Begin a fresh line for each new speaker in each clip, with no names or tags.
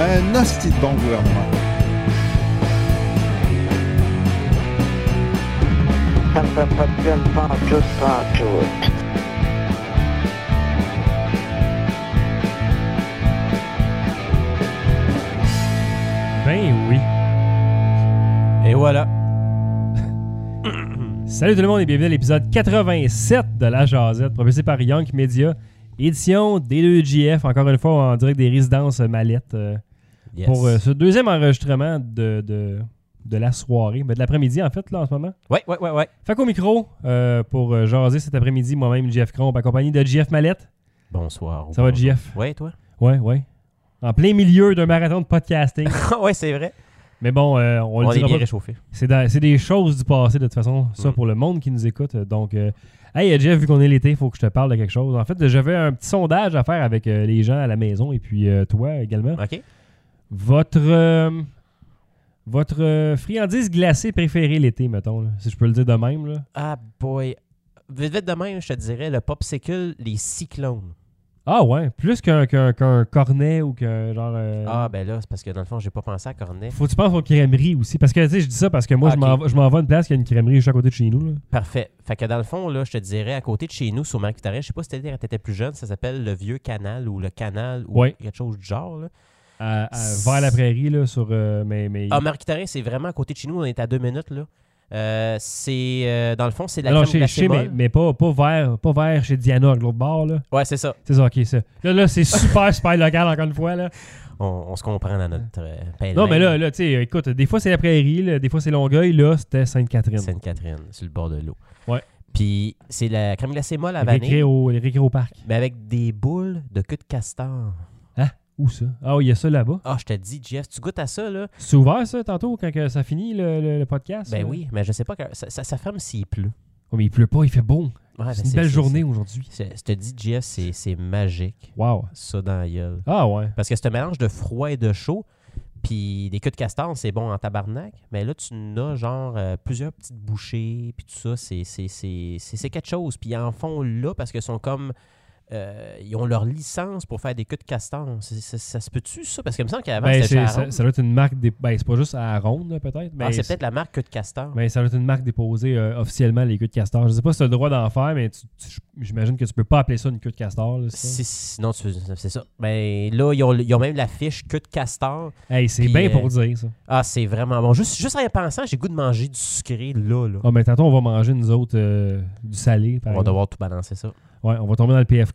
un hostie de bon gouvernement.
Ça me fait pas de gueule pantoute, pantoute.
Ben oui.
Et voilà.
Salut tout le monde et bienvenue à l'épisode 87 de La Jazette, propulsé par Young Media, édition D2JF, encore une fois en direct des résidences Mallette, euh,
Yes.
pour euh, ce deuxième enregistrement de, de, de la soirée, ben, de l'après-midi en fait, là en ce moment.
Ouais, ouais, ouais, ouais.
Fait qu'au micro, euh, pour euh, jaser cet après-midi, moi-même, JF Cromp, accompagné de JF Mallette.
Bonsoir.
Ça va,
Bonjour.
JF?
Ouais, toi?
Ouais, ouais. En plein milieu d'un marathon de podcasting.
ouais, c'est vrai.
Mais bon, euh, on,
On,
le
est
dira
bien
pas
réchauffé.
C'est, dans- c'est des choses du passé, de toute façon, ça,
Mm.
pour le monde qui nous écoute. Euh, Donc, euh, hey, euh, Jeff, vu qu'on est l'été, il faut que je te parle de quelque chose. En fait, euh, j'avais un petit sondage à faire avec euh, les gens à la maison et puis euh, toi également.
OK?
Votre, euh, votre euh, friandise glacée préférée l'été, mettons, là, si je peux le dire de même. Là.
Ah, boy. Vite, vite demain, je te dirais le popsicle, les cyclones.
Ah ouais, plus qu'un, qu'un, qu'un cornet ou qu'un genre... euh,
Ah, ben là, c'est parce que dans le fond, j'ai pas pensé à Cornet.
Faut que tu penses aux crèmeries aussi. Parce que, tu sais, je dis ça parce que moi,
Ah,
je,
ok.
m'en, vais- je m'en vais à une place qui a une crèmerie juste à côté de chez nous. là.
Parfait. Fait que dans le fond, là, je te dirais, à côté de chez nous, sur Marc Victoria, je sais pas si t'étais quand t'étais plus jeune, ça s'appelle le vieux canal ou le canal ou
Ouais.
quelque chose du genre. Là.
À- à- vers la prairie, là, sur... euh, mais, mais...
Ah, Marc Victoria, c'est vraiment à côté de chez nous, on est à deux minutes, là. Euh, c'est, euh, dans le fond, c'est la
non,
crème
chez-
glacée
chez- mais,
molle.
mais pas, pas vers, pas vers chez Diana, à l'autre bord, là.
Ouais, c'est ça.
C'est ça, ok, ça. Là, là c'est super, super local, encore une fois, là.
On, on se comprend dans notre euh, pêle-mêle.
Non, mais là, là, tu sais, écoute, des fois, c'est la prairie, là, des fois, c'est Longueuil, là, c'était Sainte-Catherine.
Sainte-Catherine, sur le bord de l'eau.
Ouais.
Puis c'est la crème glacée molle à
Récré
vanille,
au, récré au parc.
mais avec des boules de queue de castor.
Où ça? Ah, oui, il y a ça là-bas.
Ah, je te dis, Jeff, tu goûtes à ça, là?
C'est ouvert, ça, tantôt, quand que ça finit, le, le- le podcast?
Ben
là?
oui, mais je sais pas, que- ça, ça, ça ferme s'il pleut.
Oh, mais il pleut pas, il fait beau.
Ouais, ben,
c'est une belle journée aujourd'hui.
c'est- Je te dis, Jeff, c'est c'est magique,
Wow.
ça, dans la gueule.
Ah, ouais.
Parce que ce mélange de froid et de chaud, puis des queues de castor, c'est bon en tabarnak, mais là, tu n'as genre euh, plusieurs petites bouchées, puis tout ça, c'est- c'est- c'est c'est- c'est quelque chose. Puis ils en font là parce qu'ils sont comme... euh, ils ont leur licence pour faire des queues de castor. C'est- c'est- Ça se peut-tu, ça? Parce que il me semble qu'avant,
Ben,
c'était
c'est-
chez
ça,
Aron.
ça ben, doit être une marque. Des... Ben, c'est pas juste à Ronde, là, peut-être.
Ah,
mais
c'est peut-être la marque queue de castor.
Mais Ben, ça doit être une marque déposée euh, officiellement, les queues de castor. Je sais pas si tu as le droit d'en faire, mais tu- tu- j'imagine que tu peux pas appeler ça une queue de castor. là, c'est ça?
Si- Sinon, tu- c'est ça. Ben, là, ils ont, ils ont même la fiche queue de castor.
Hey, c'est
Puis,
bien
euh,
pour dire ça.
Ah, c'est vraiment bon. Juste, juste en y pensant, j'ai goût de manger du sucré là. là.
Ah, mais tantôt, on va manger, nous autres, euh, du salé. par
On va
exemple.
devoir tout balancer ça.
Ouais, on va tomber dans le PFK.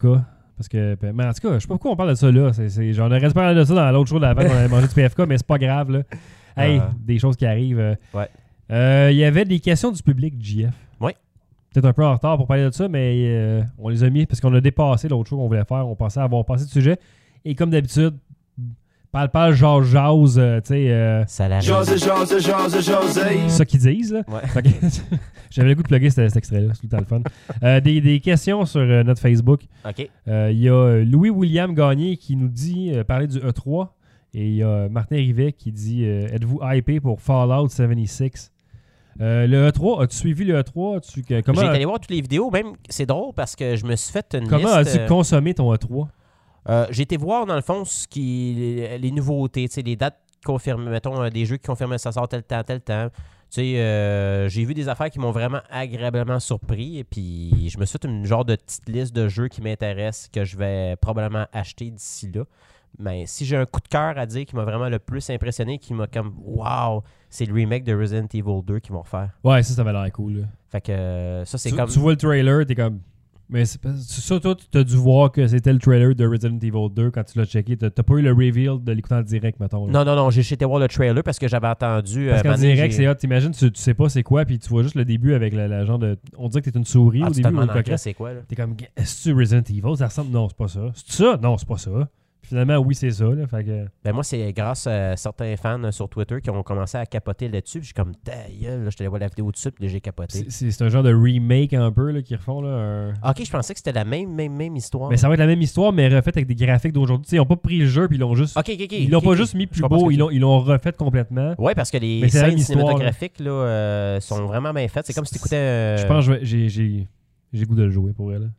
Parce que, ben, mais en tout cas, je sais pas pourquoi on parle de ça là. C'est- c'est- J'en aurais dû parler de ça dans l'autre jour d'avant qu'on avait mangé du PFK, mais c'est pas grave. Là. Hey,
Ah.
des choses qui arrivent. euh.
Ouais.
Euh, Il y avait des questions du public, JF.
Ouais.
Peut-être un peu en retard pour parler de ça, mais euh, on les a mis parce qu'on a dépassé l'autre chose qu'on voulait faire. On pensait avoir passé le sujet. Et comme d'habitude, parle, parle, jase, jase, euh, tu sais, euh,
Ça l'arrive.
José, José, José, José.
ça qu'ils disent. là.
Ouais.
Fait que- J'avais le goût de plugger cet, cet extrait-là, c'est tout le temps le fun. Euh, des, des questions sur euh, notre Facebook.
OK.
Euh, Il y a euh, Louis-William Gagné qui nous dit euh, parler du E3. Et il y a euh, Martin Rivet qui dit euh, Êtes-vous hypé pour Fallout 76 Euh, Le E3, as-tu suivi le E3 As-tu- que-
J'ai
Comment
allé voir toutes les vidéos. Même, c'est drôle parce que je me suis fait une
comment
liste.
as-tu
euh,
consommé ton E E3
euh, j'ai été voir, dans le fond, ce qui, les, les nouveautés, tu sais, les dates confirmées, mettons, euh, des jeux qui confirment ça sort tel temps, tel temps. Tu sais, euh, j'ai vu des affaires qui m'ont vraiment agréablement surpris. Et puis, je me suis fait une genre de petite liste de jeux qui m'intéressent, que je vais probablement acheter d'ici là. Mais si j'ai un coup de cœur à dire qui m'a vraiment le plus impressionné, qui m'a comme, wow, c'est le remake de Resident Evil 2 qu'ils vont refaire.
Ouais, ça, ça va l'air cool. là.
Fait que euh, ça, c'est
Tu,
comme.
tu vois le trailer, t'es comme. Mais c'est pas- ça, toi, tu as dû voir que c'était le trailer de Resident Evil 2 quand tu l'as checké. T'as t'as pas eu le reveal de l'écoutant en direct, mettons. là.
Non, euh, non, non, j'ai été voir le trailer parce que j'avais entendu. euh,
Parce qu'en
Mané,
direct,
j'ai-
c'est hot. T'imagines, tu, tu sais pas c'est quoi, puis tu vois juste le début avec la, la genre de. On dirait que t'es une souris
Ah,
au
tu te
début. ou
demandes
une
en
coquerelle.
crise, c'est quoi, là?
T'es comme, est-ce que Resident Evil Ça ressemble. Non, c'est pas ça. C'est ça Non, c'est pas ça. Puis finalement, oui, c'est ça. Là, fait que...
Ben moi, c'est grâce à certains fans euh, sur Twitter qui ont commencé à capoter là-dessus. Puis je suis comme, ta gueule, là, je te allé voir la vidéo dessus, puis là, j'ai capoté.
c'est, c'est- c'est un genre de remake un peu là, qu'ils refont. Là, un-
Ah, Ok, je pensais que c'était la même, même, même histoire.
Mais ça va être la même histoire, mais refaite avec des graphiques d'aujourd'hui. Tu sais, ils ont pas pris le jeu, puis ils l'ont juste.
Ok, ok, ok.
ils l'ont
ok,
pas
ok.
juste mis
Je
plus
comprends ce
beau,
que
ils
tu
l'ont, ils l'ont refait complètement.
dis. Ouais, parce que les
Mais c'est la
scènes
même histoire, là.
cinématographiques là, euh, sont vraiment bien faites. C'est comme si t'écoutais. euh,
Je pense que je vais- j'ai, j'ai, j'ai le goût de le jouer pour elle.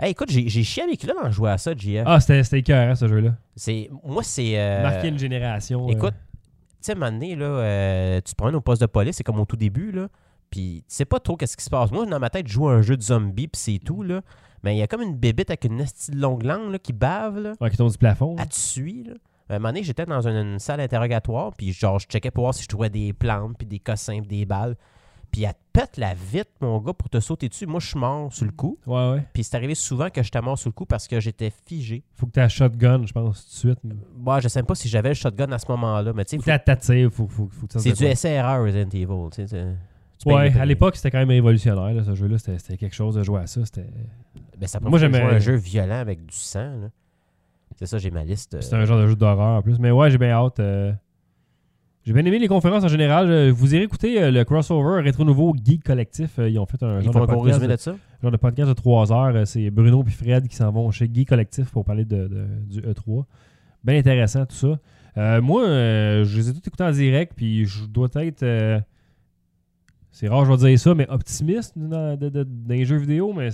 Hey, écoute, j'ai j'ai chié avec là d'en jouer à ça, JF.
Ah, c'était c'était écœurant, ce jeu-là.
C'est- Moi, c'est. euh,
Marquer une génération. euh,
Écoute, tu sais, à un moment donné, là, euh, tu te promènes au poste de police, c'est comme au tout début, là, puis tu sais pas trop qu'est-ce qui se passe. Moi, dans ma tête, je joue à un jeu de zombie, puis c'est tout, là. Mais il y a comme une bébite avec une esti de longue langue là, qui bave, là.
ouais, qui tombe du plafond. là.
Elle te suit, là. À un moment donné, j'étais dans une, une salle interrogatoire, puis genre, je checkais pour voir si je trouvais des plantes, puis des cossins, puis des balles. Puis elle te pète la vite, mon gars, pour te sauter dessus. Moi, je suis mort sur le coup.
Ouais, ouais.
Puis c'est arrivé souvent que j'étais mort sur le coup parce que j'étais figé.
Faut que t'aies shotgun, je pense, tout de suite. mais-
Moi, je sais même pas si j'avais le shotgun à ce moment-là, mais tu sais,
Faut
faut-
que t'attires, faut, faut, faut que tu fasses
C'est
de
du
quoi.
SRR Resident Evil. tu sais, c'est- tu payes le
Ouais,
prix.
à l'époque, c'était quand même révolutionnaire, là, ce jeu-là. C'était c'était quelque chose de jouer à ça. C'était
Ben, ça
moi,
Moi, j'aimais.
j'aimais-
un jeu violent avec du sang. là. C'est ça, j'ai ma liste. euh,
c'était un genre de jeu d'horreur en plus. Mais ouais, j'ai bien hâte. euh, J'ai bien aimé les conférences en général. Je- Vous irez écouter euh, le crossover Rétro Nouveau Geek Collectif. Euh, Ils ont fait un
Ils
genre,
font un
de
gros
podcast,
résumé de ça.
genre de podcast de 3 heures. Euh, C'est Bruno puis Fred qui s'en vont chez Geek Collectif pour parler de, de- du E3. Bien intéressant tout ça. Euh, moi, euh, je les ai tous écoutés en direct, puis je dois être. euh, c'est rare, je vais dire ça, mais optimiste dans, de- de- dans les jeux vidéo, mais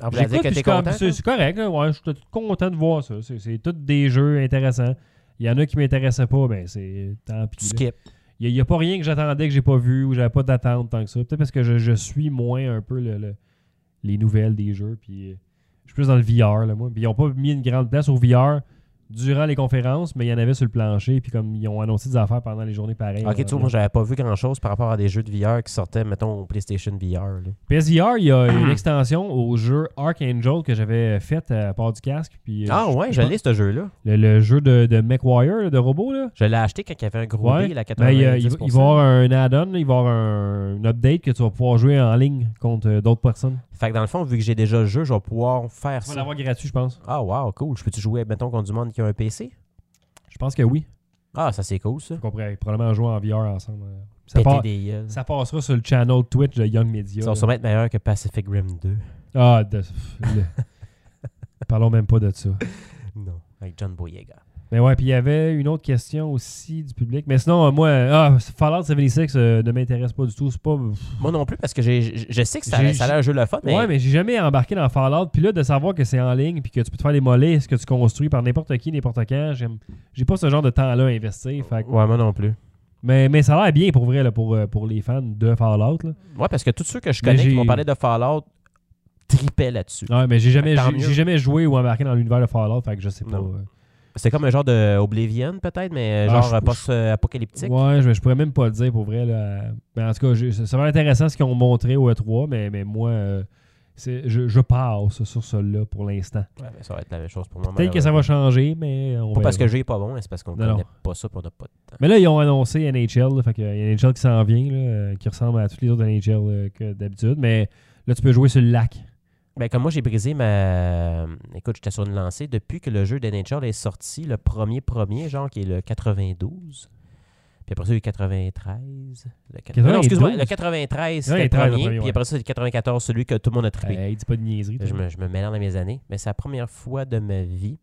On peut dire
J'écoute,
que
puis
t'es
c'est comme-
content. hein?
C'est c'est correct. là, ouais, je suis tout content de voir ça. C'est- C'est tous des jeux intéressants. Il y en a qui m'intéressaient pas, mais c'est tant
Tu
pis. là.
skip.
Il n'y a, pas rien que j'attendais que j'ai pas vu ou j'avais pas d'attente tant que ça. Peut-être parce que je, je suis moins un peu le- le- les nouvelles des jeux. Puis euh, je suis plus dans le VR, là, moi. Puis ils ont pas mis une grande place au VR durant les conférences, mais il y en avait sur le plancher. Puis comme ils ont annoncé des affaires pendant les journées pareilles. euh,
Ok, tu vois, moi, j'avais pas vu grand chose par rapport à des jeux de VR qui sortaient, mettons, au PlayStation VR. là.
PSVR, il y a une extension au jeu Archangel que j'avais faite à part du casque. Puis, euh,
Ah
je-
ouais,
je
je
pense-
l'ai, ce jeu-là.
Le, le jeu de, de MechWarrior, là, de robot, là.
Je l'ai acheté quand il y avait un gros
Ouais.
deal à
Ben, il, y a-
90
il va il va y avoir un add-on, il va y avoir un, une update que tu vas pouvoir jouer en ligne contre euh, d'autres personnes.
Fait que dans le fond, vu que j'ai déjà le jeu, je vais pouvoir faire
Tu vas
ça.
l'avoir gratuit, je pense.
Ah wow, cool. Je peux-tu jouer, mettons, contre du monde qui a un PC?
Je pense que oui.
Ah, ça, c'est cool, ça.
On pourrait probablement jouer en VR ensemble. euh. Ça,
Péter
part-
des gueules.
ça passera sur le channel Twitch de Young Media.
Ils
là.
sont sûrement être meilleurs que Pacific Rim 2.
Ah, de- pff, le- parlons même pas de ça.
Non. Avec John Boyega.
Mais ouais, puis il y avait une autre question aussi du public. Mais sinon, euh, moi, euh, ah, Fallout 76 euh, ne m'intéresse pas du tout. C'est pas.
Moi non plus, parce que j'ai- je je sais que ça,
J'ai-
ça a l'air un jeu le fun, mais,
Ouais, mais j'ai jamais embarqué dans Fallout. Puis là, de savoir que c'est en ligne, puis que tu peux te faire démolir ce que tu construis par n'importe qui, n'importe quand, j'aime. J'ai pas ce genre de temps-là à investir. fait que-
Ouais, moi non plus.
mais, mais ça a l'air bien pour vrai, là, pour, euh, pour les fans de Fallout. Là.
Ouais, parce que tous ceux que je
Mais
connais qui
j'ai-
m'ont parlé de Fallout tripaient là-dessus.
Ouais, mais j'ai jamais,
Tant
j'ai-
mieux.
j'ai jamais joué ou embarqué dans l'univers de Fallout, fait que je sais pas.
Non.
euh.
C'est comme un genre de Oblivion, peut-être, mais
Ah,
genre
je-
euh, post-apocalyptique.
Ouais, je, je pourrais même pas le dire pour vrai. Là. Mais en tout cas, j'ai- ça ça va être intéressant ce qu'ils ont montré au E3, mais, mais moi, euh, c'est- je, je passe sur cela pour l'instant.
Ouais, mais ça va être la même chose pour moi.
Peut-être que ça va
malheureusement.
changer, mais euh, on
Pas parce
verra.
que le jeu est pas bon, mais c'est parce qu'on
Non, non.
connaît pas ça et on n'a pas de temps.
Mais là, ils ont annoncé NHL. Là, fait que euh, NHL qui s'en vient, là, euh, qui ressemble à toutes les autres NHL euh, que d'habitude. Mais là, tu peux jouer sur le lac.
Ben, comme moi, j'ai brisé ma. Écoute, j'étais sur une lancée. Depuis que le jeu d'NHL est sorti, le premier premier, genre, qui est le 92. Puis après ça, il y a eu 93. Le 4- Non,
92?
excuse-moi, le 93,
93,
c'était le
le
premier.
premier,
Puis
ouais.
après ça, c'est le 94, celui que tout le monde a trippé.
Hey, dis pas de niaiserie. toi.
Je me, je me mélange dans mes années, mais c'est la première fois de ma vie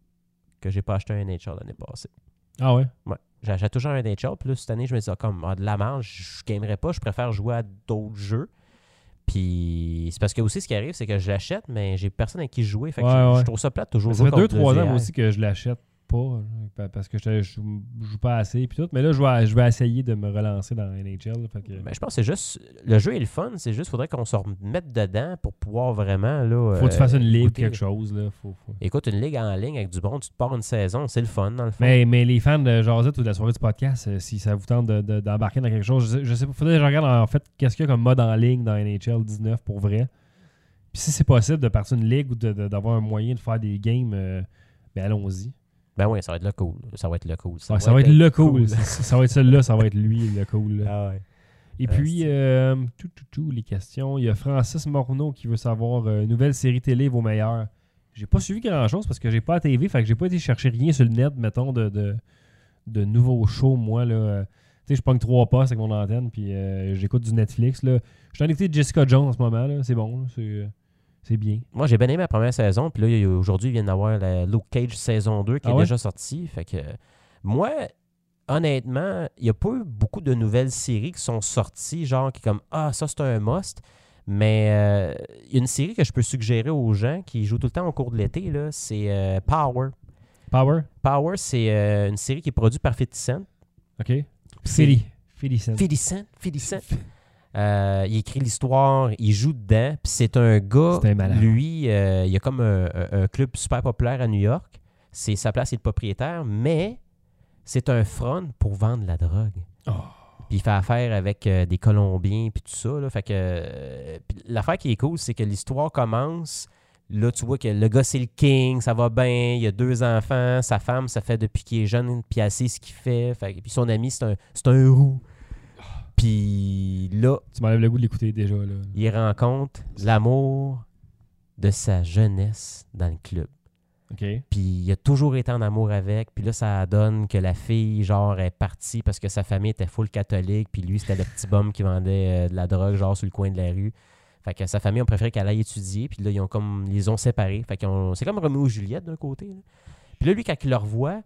que j'ai pas acheté un NHL l'année passée.
Ah ouais?
Ouais. J'achète toujours un NHL, puis là, cette année, je me dis, ah, comme, ah, de la marge, je gamerais pas, je préfère jouer à d'autres jeux. Puis c'est parce que aussi, ce qui arrive, c'est que je l'achète, mais j'ai personne avec qui jouer. Fait que
Ouais,
je, je
ouais.
trouve ça plate toujours.
Ça fait
jouer contre
2-3
le
ans, moi
VR.
aussi, que je l'achète pas. euh, pa- Parce que je, je, joue- je joue pas assez. Puis tout. Mais là, je vais, je vais essayer de me relancer dans NHL. là, fait que-
Ben, je pense que c'est juste. Le jeu est le fun, c'est juste faudrait qu'on se remette dedans pour pouvoir vraiment. Là,
faut que tu
euh,
fasses une ligue,
écouter.
quelque chose. Là. Faut, faut-
Écoute, une ligue en ligne avec du bon, tu te pars une saison, c'est le fun dans le fond.
Mais, mais les fans de Jazette ou de la soirée du podcast, euh, si ça vous tente de- de- d'embarquer dans quelque chose, je, sais- je sais pas, faudrait que je regarde en fait qu'est-ce qu'il y a comme mode en ligne dans NHL 19 pour vrai. Puis si c'est possible de partir une ligue ou de- de- d'avoir un moyen de faire des games, euh, ben allons-y.
Ben oui, ça va être le cool. Ça va être le cool.
Ah, Ça, va être, le cool. Ça- ça va être celui-là, ça va être lui le cool. là.
Ah ouais.
Et
Ah,
puis,
c'est-
euh, tout, tout, tout, les questions. Il y a Francis Morneau qui veut savoir euh, nouvelle série télé vos meilleurs. J'ai pas suivi grand chose parce que j'ai pas à TV, fait que j'ai pas été chercher rien sur le net, mettons, de, de, de nouveaux shows, moi. là. Euh, Tu sais, je pogne trois passes avec mon antenne, puis euh, j'écoute du Netflix. là. Je suis en écouté de Jessica Jones en ce moment, là. c'est bon, là. c'est euh, c'est bien.
Moi, j'ai bien aimé la première saison. Puis là, il y a- aujourd'hui, ils viennent d'avoir la Luke Cage saison 2 qui
Ah
est
ouais?
déjà sortie. Fait que moi, honnêtement, il n'y a pas eu beaucoup de nouvelles séries qui sont sorties, genre qui comme Ah, ça c'est un must. Mais euh, il y a une série que je peux suggérer aux gens qui jouent tout le temps au cours de l'été, là, c'est euh, Power.
Power,
Power, c'est euh, une série qui est produite par 50 Cent.
OK. Philly. Philly Cent.
50 Cent, 50 Cent. Euh, il écrit l'histoire, il joue dedans. Puis c'est un gars,
C'est un malade.
lui, euh, il a comme un, un- un club super populaire à New York. C'est sa place, il est le propriétaire, mais c'est un front pour vendre la drogue.
Oh.
Puis il fait affaire avec euh, des Colombiens, puis tout ça. Là, fait que euh, puis l'affaire qui est cool, c'est que l'histoire commence. Là, tu vois que le gars, c'est le king, ça va bien, il a deux enfants, sa femme, ça fait depuis qu'il est jeune, puis elle sait ce qu'il fait. Fait que- puis son ami, c'est un, c'est un roux. Puis là,
Tu m'enlèves le goût de l'écouter déjà. Là.
il rencontre l'amour de sa jeunesse dans le club.
OK.
Puis il a toujours été en amour avec. Puis là, ça donne que la fille, genre, est partie parce que sa famille était full catholique. Puis lui, c'était le petit bum qui vendait euh, de la drogue, genre, sur le coin de la rue. Fait que sa famille, on préféré qu'elle aille étudier. Puis là, ils ont comme, ils les ont séparés. Fait qu'ils ont- c'est comme Roméo et Juliette d'un côté. là. Puis là, lui, quand il le revoit,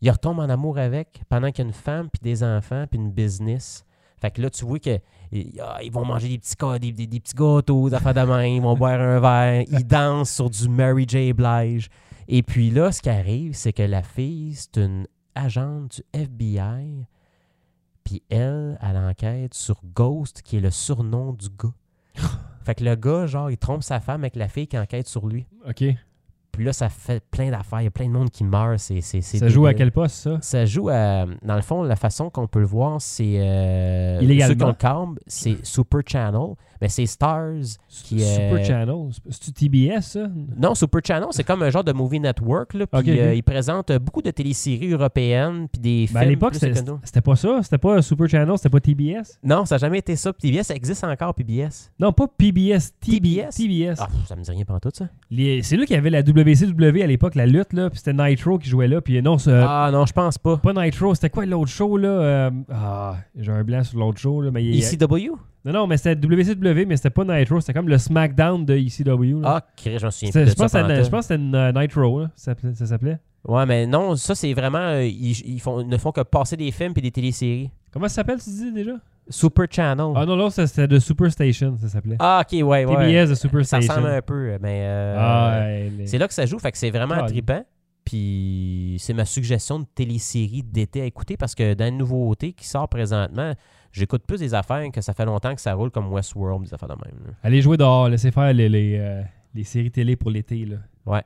il retombe en amour avec pendant qu'il y a une femme, puis des enfants, puis une business. Fait que là, tu vois que et- ah, ils vont manger des petits, ca- des, des- des petits gâteaux, des affaires de main, ils vont boire un verre, ils dansent sur du Mary J. Blige. Et puis là, ce qui arrive, c'est que la fille, c'est une agente du FBI, puis elle, elle enquête sur Ghost, qui est le surnom du gars. fait que le gars, genre, il trompe sa femme avec la fille qui enquête sur lui.
OK.
Puis là, ça fait plein d'affaires, il y a plein de monde qui meurt. c'est- c'est- c'est
Ça joue à
débile.
quel poste, ça?
Ça joue à. Dans le fond, la façon qu'on peut le voir, c'est. Euh,
Illégalement.
Ceux qui ont le câble, c'est Super Channel, mais c'est Stars. Qui,
Super
euh,
Channel. C'est-tu TBS, ça?
Non, Super Channel, c'est comme un genre de movie network, là. Puis
Ok, ok.
euh, ils présentent euh, beaucoup de téléséries européennes, puis des films.
Ben, à l'époque,
plus
c'était
secondaires.
c'était pas ça. C'était pas Super Channel, c'était pas TBS.
Non, ça n'a jamais été ça. Puis PBS, ça existe encore, PBS.
Non, pas PBS. TBS.
TBS?
TBS.
Ah, ça me dit rien pendant tout, ça.
Les- C'est là qu'il y avait la WCW à l'époque, la lutte, là. Puis c'était Nitro qui jouait là. Puis non, c'est-
ah, non, je pense pas.
pas Nitro. C'était quoi l'autre show, là? Euh, ah, j'ai un blanc sur l'autre show, là. Mais il-
ECW?
Non, non, mais c'était WCW, mais c'était pas Nitro. C'était comme le SmackDown de ECW. là.
Ah, crée, je me souviens
C'était-
plus de
je,
ça.
pense que c'était-
pendant
je pense que c'était une, euh, Nitro, là. Ça, ça s'appelait.
tout. Ouais, mais non, ça, c'est vraiment. euh, ils, ils font, ne font que passer des films puis des téléséries.
Comment ça s'appelle, tu dis déjà?
Super Channel.
Ah non, l'autre, ça, c'était de Superstation, ça s'appelait.
Oh. Ah, ok, ouais, ouais.
TBS de
Ça
Superstation.
ressemble un peu, mais euh,
Ah, elle est-
c'est là que ça joue. Fait que c'est vraiment
Ah, oui.
trippant. Puis c'est ma suggestion de télésérie d'été à écouter parce que dans une nouveauté qui sort présentement, j'écoute plus des affaires que ça fait longtemps que ça roule comme Westworld, des affaires de même. là.
Allez jouer dehors, laissez faire les, les, euh, les séries télé pour l'été. là.
Ouais.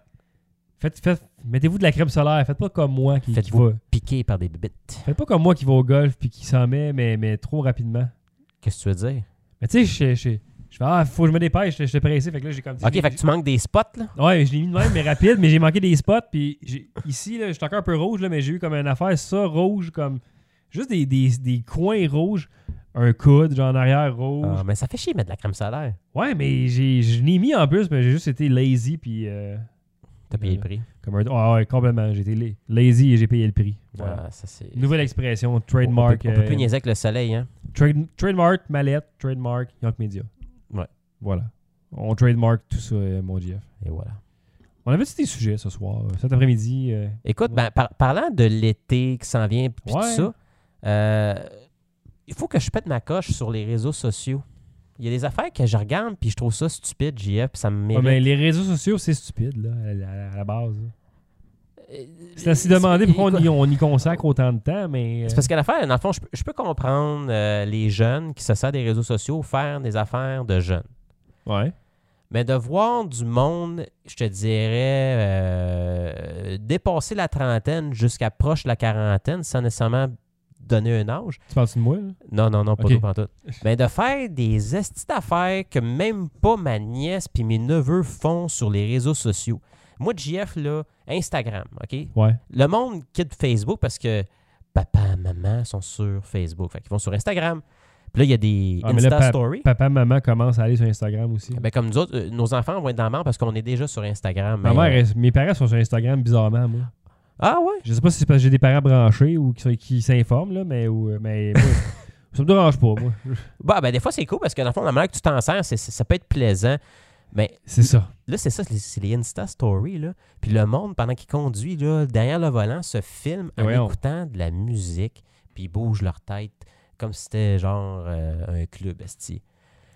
Faites, faites- mettez-vous de la crème solaire, faites pas comme moi qui, qui
Faites-vous-
va.
Piqué par des bibites.
Faites pas comme moi qui va au golf puis qui s'en met, mais, mais trop rapidement.
Qu'est-ce que tu veux dire?
Mais tu sais, je- je je fais Ah, faut que je me dépêche, je suis pressé. Fait que là, j'ai comme
Ok, fait que tu manques des spots, là?
Ouais, je l'ai mis de même, mais rapide, mais j'ai manqué des spots. Puis j'ai- ici, là, j'étais encore un peu rouge, là, mais j'ai eu comme une affaire, ça, rouge, comme juste des, des- des coins rouges, un coude, genre en arrière rouge.
Ah, mais ça fait chier mettre de la crème solaire.
Ouais, mais j'ai, je l'ai mis en plus, mais j'ai juste été lazy, puis euh,
T'as payé le
Euh,
prix.
comme un. Ah ouais, complètement, j'ai été la- lazy et j'ai payé le prix. Voilà.
Ah, ça, c'est...
Nouvelle expression,
On-
trademark.
On peut, on peut
euh,
plus niaiser avec le soleil, hein?
trade- trademark, mallette, trademark, Yank Media.
Ouais.
Voilà. On trademark tout ça, euh, mon GF.
Et voilà.
On avait-tu des sujets ce soir, euh, cet après-midi? euh,
Écoute,
Ouais.
ben, par- parlant de l'été qui s'en vient puis
Ouais.
tout ça, euh, il faut que je pète ma coche sur les réseaux sociaux. Il y a des affaires que je regarde puis je trouve ça stupide, JF, puis ça me
Ouais,
mérite.
mais Ah, ben, les réseaux sociaux, c'est stupide, là, à la, à la base. là.
Euh,
C'est à s'y demander pourquoi on
écoute,
y, on y consacre autant de temps, mais. euh,
C'est parce que l'affaire, dans le fond, je, peux- je peux comprendre euh, les jeunes qui se servent des réseaux sociaux faire des affaires de jeunes.
euh, Ouais.
Mais de voir du monde, je te dirais, euh, dépasser la trentaine jusqu'à proche de la quarantaine sans nécessairement donner un âge,
Tu parles de moi, là?
Non, non, non, pas
Ok.
tout, pas tout. Mais de faire des estis d'affaires que même pas ma nièce puis mes neveux font sur les réseaux sociaux. Moi, JF, là, Instagram, OK?
Ouais.
Le monde quitte Facebook parce que papa, maman sont sur Facebook. Fait qu'ils vont sur Instagram. Puis là, il y a des
Ah, mais là,
Insta
pa-
Stories.
Papa, maman commencent à aller sur Instagram aussi.
Ben, comme nous autres, euh, nos enfants vont être dans la merde parce qu'on est déjà sur Instagram.
Ma
mais,
mère,
euh,
elle- mes parents sont sur Instagram bizarrement, moi.
Ah ouais?
Je sais pas si c'est parce que j'ai des parents branchés ou qui, sont- qui s'informent, là, mais, ou, euh, mais moi, ça me dérange pas, moi.
Bah, ben, des fois, c'est cool parce que dans le fond, la manière que tu t'en sers, c'est- c'est- ça peut être plaisant. Mais
C'est ça.
Là, c'est ça, c'est les- c'est les Insta Stories, là. Puis le monde, pendant qu'il conduit, là, derrière le volant, se filme en
Voyons.
écoutant de la musique, puis ils bougent leur tête comme si c'était genre euh, un club, esti.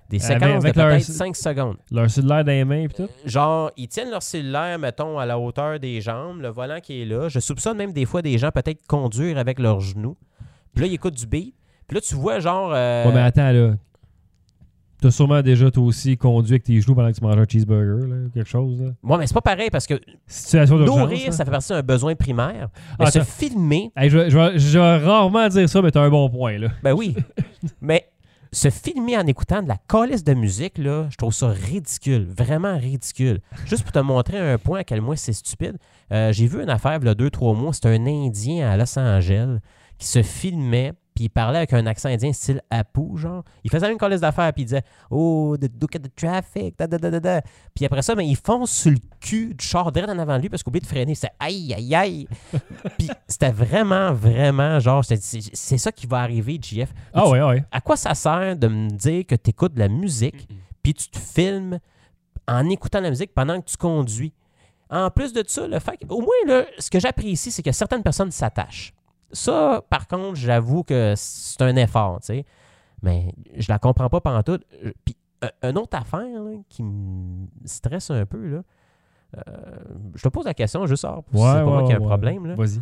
Des
Avec-
séquences
avec
de
leur-
peut-être 5 secondes.
Leur cellulaire dans les mains et
Euh,
tout.
Genre, ils tiennent leur cellulaire, mettons, à la hauteur des jambes, le volant qui est là. Je soupçonne même des fois des gens peut-être conduire avec leurs genoux. Puis là, ils écoutent du beat. Puis là, tu vois, genre. euh,
Ouais, mais attends, là. T'as sûrement déjà, toi aussi, conduit avec tes genoux pendant que tu manges un cheeseburger, là, ou quelque chose. Là.
ouais, mais c'est pas pareil parce que
Situation d'urgence.
nourrir,
là.
ça fait partie d'un besoin primaire.
Ah,
Mais se
t'as-
filmer,
Hey, je, vais- je vais- je vais rarement dire ça, mais t'as un bon point, là.
ben oui. mais se filmer en écoutant de la colisse de musique, là, je trouve ça ridicule. Vraiment ridicule. Juste pour te montrer un point à quel point c'est stupide, euh, j'ai vu une affaire, il y a deux, trois mois, c'était un Indien à Los Angeles qui se filmait. Puis il parlait avec un accent indien style Apu, genre. Il faisait la même colisse d'affaires, puis il disait Oh, the, look at the traffic, da, da, da, da, da. Puis après ça, ben, il fonce sur le cul du char direct en avant de lui parce qu'il oublie de freiner. C'est aïe, aïe, aïe. Puis c'était vraiment, vraiment genre, c'est- c'est c'est ça qui va arriver, JF.
Ah ouais, ouais.
À quoi ça sert de me dire que tu écoutes de la musique, puis tu te filmes en écoutant la musique pendant que tu conduis? En plus de ça, le fait que- au moins, là, ce que j'apprécie, c'est que certaines personnes s'attachent. Ça, par contre, j'avoue que c'est un effort, tu sais. Mais je la comprends pas pantoute. Euh, Puis, euh, une autre affaire là, qui me stresse un peu, là, euh, je te pose la question, je sors.
Ouais,
pour c'est pas moi
ouais,
qui ai un
ouais.
problème. Là
Vas-y.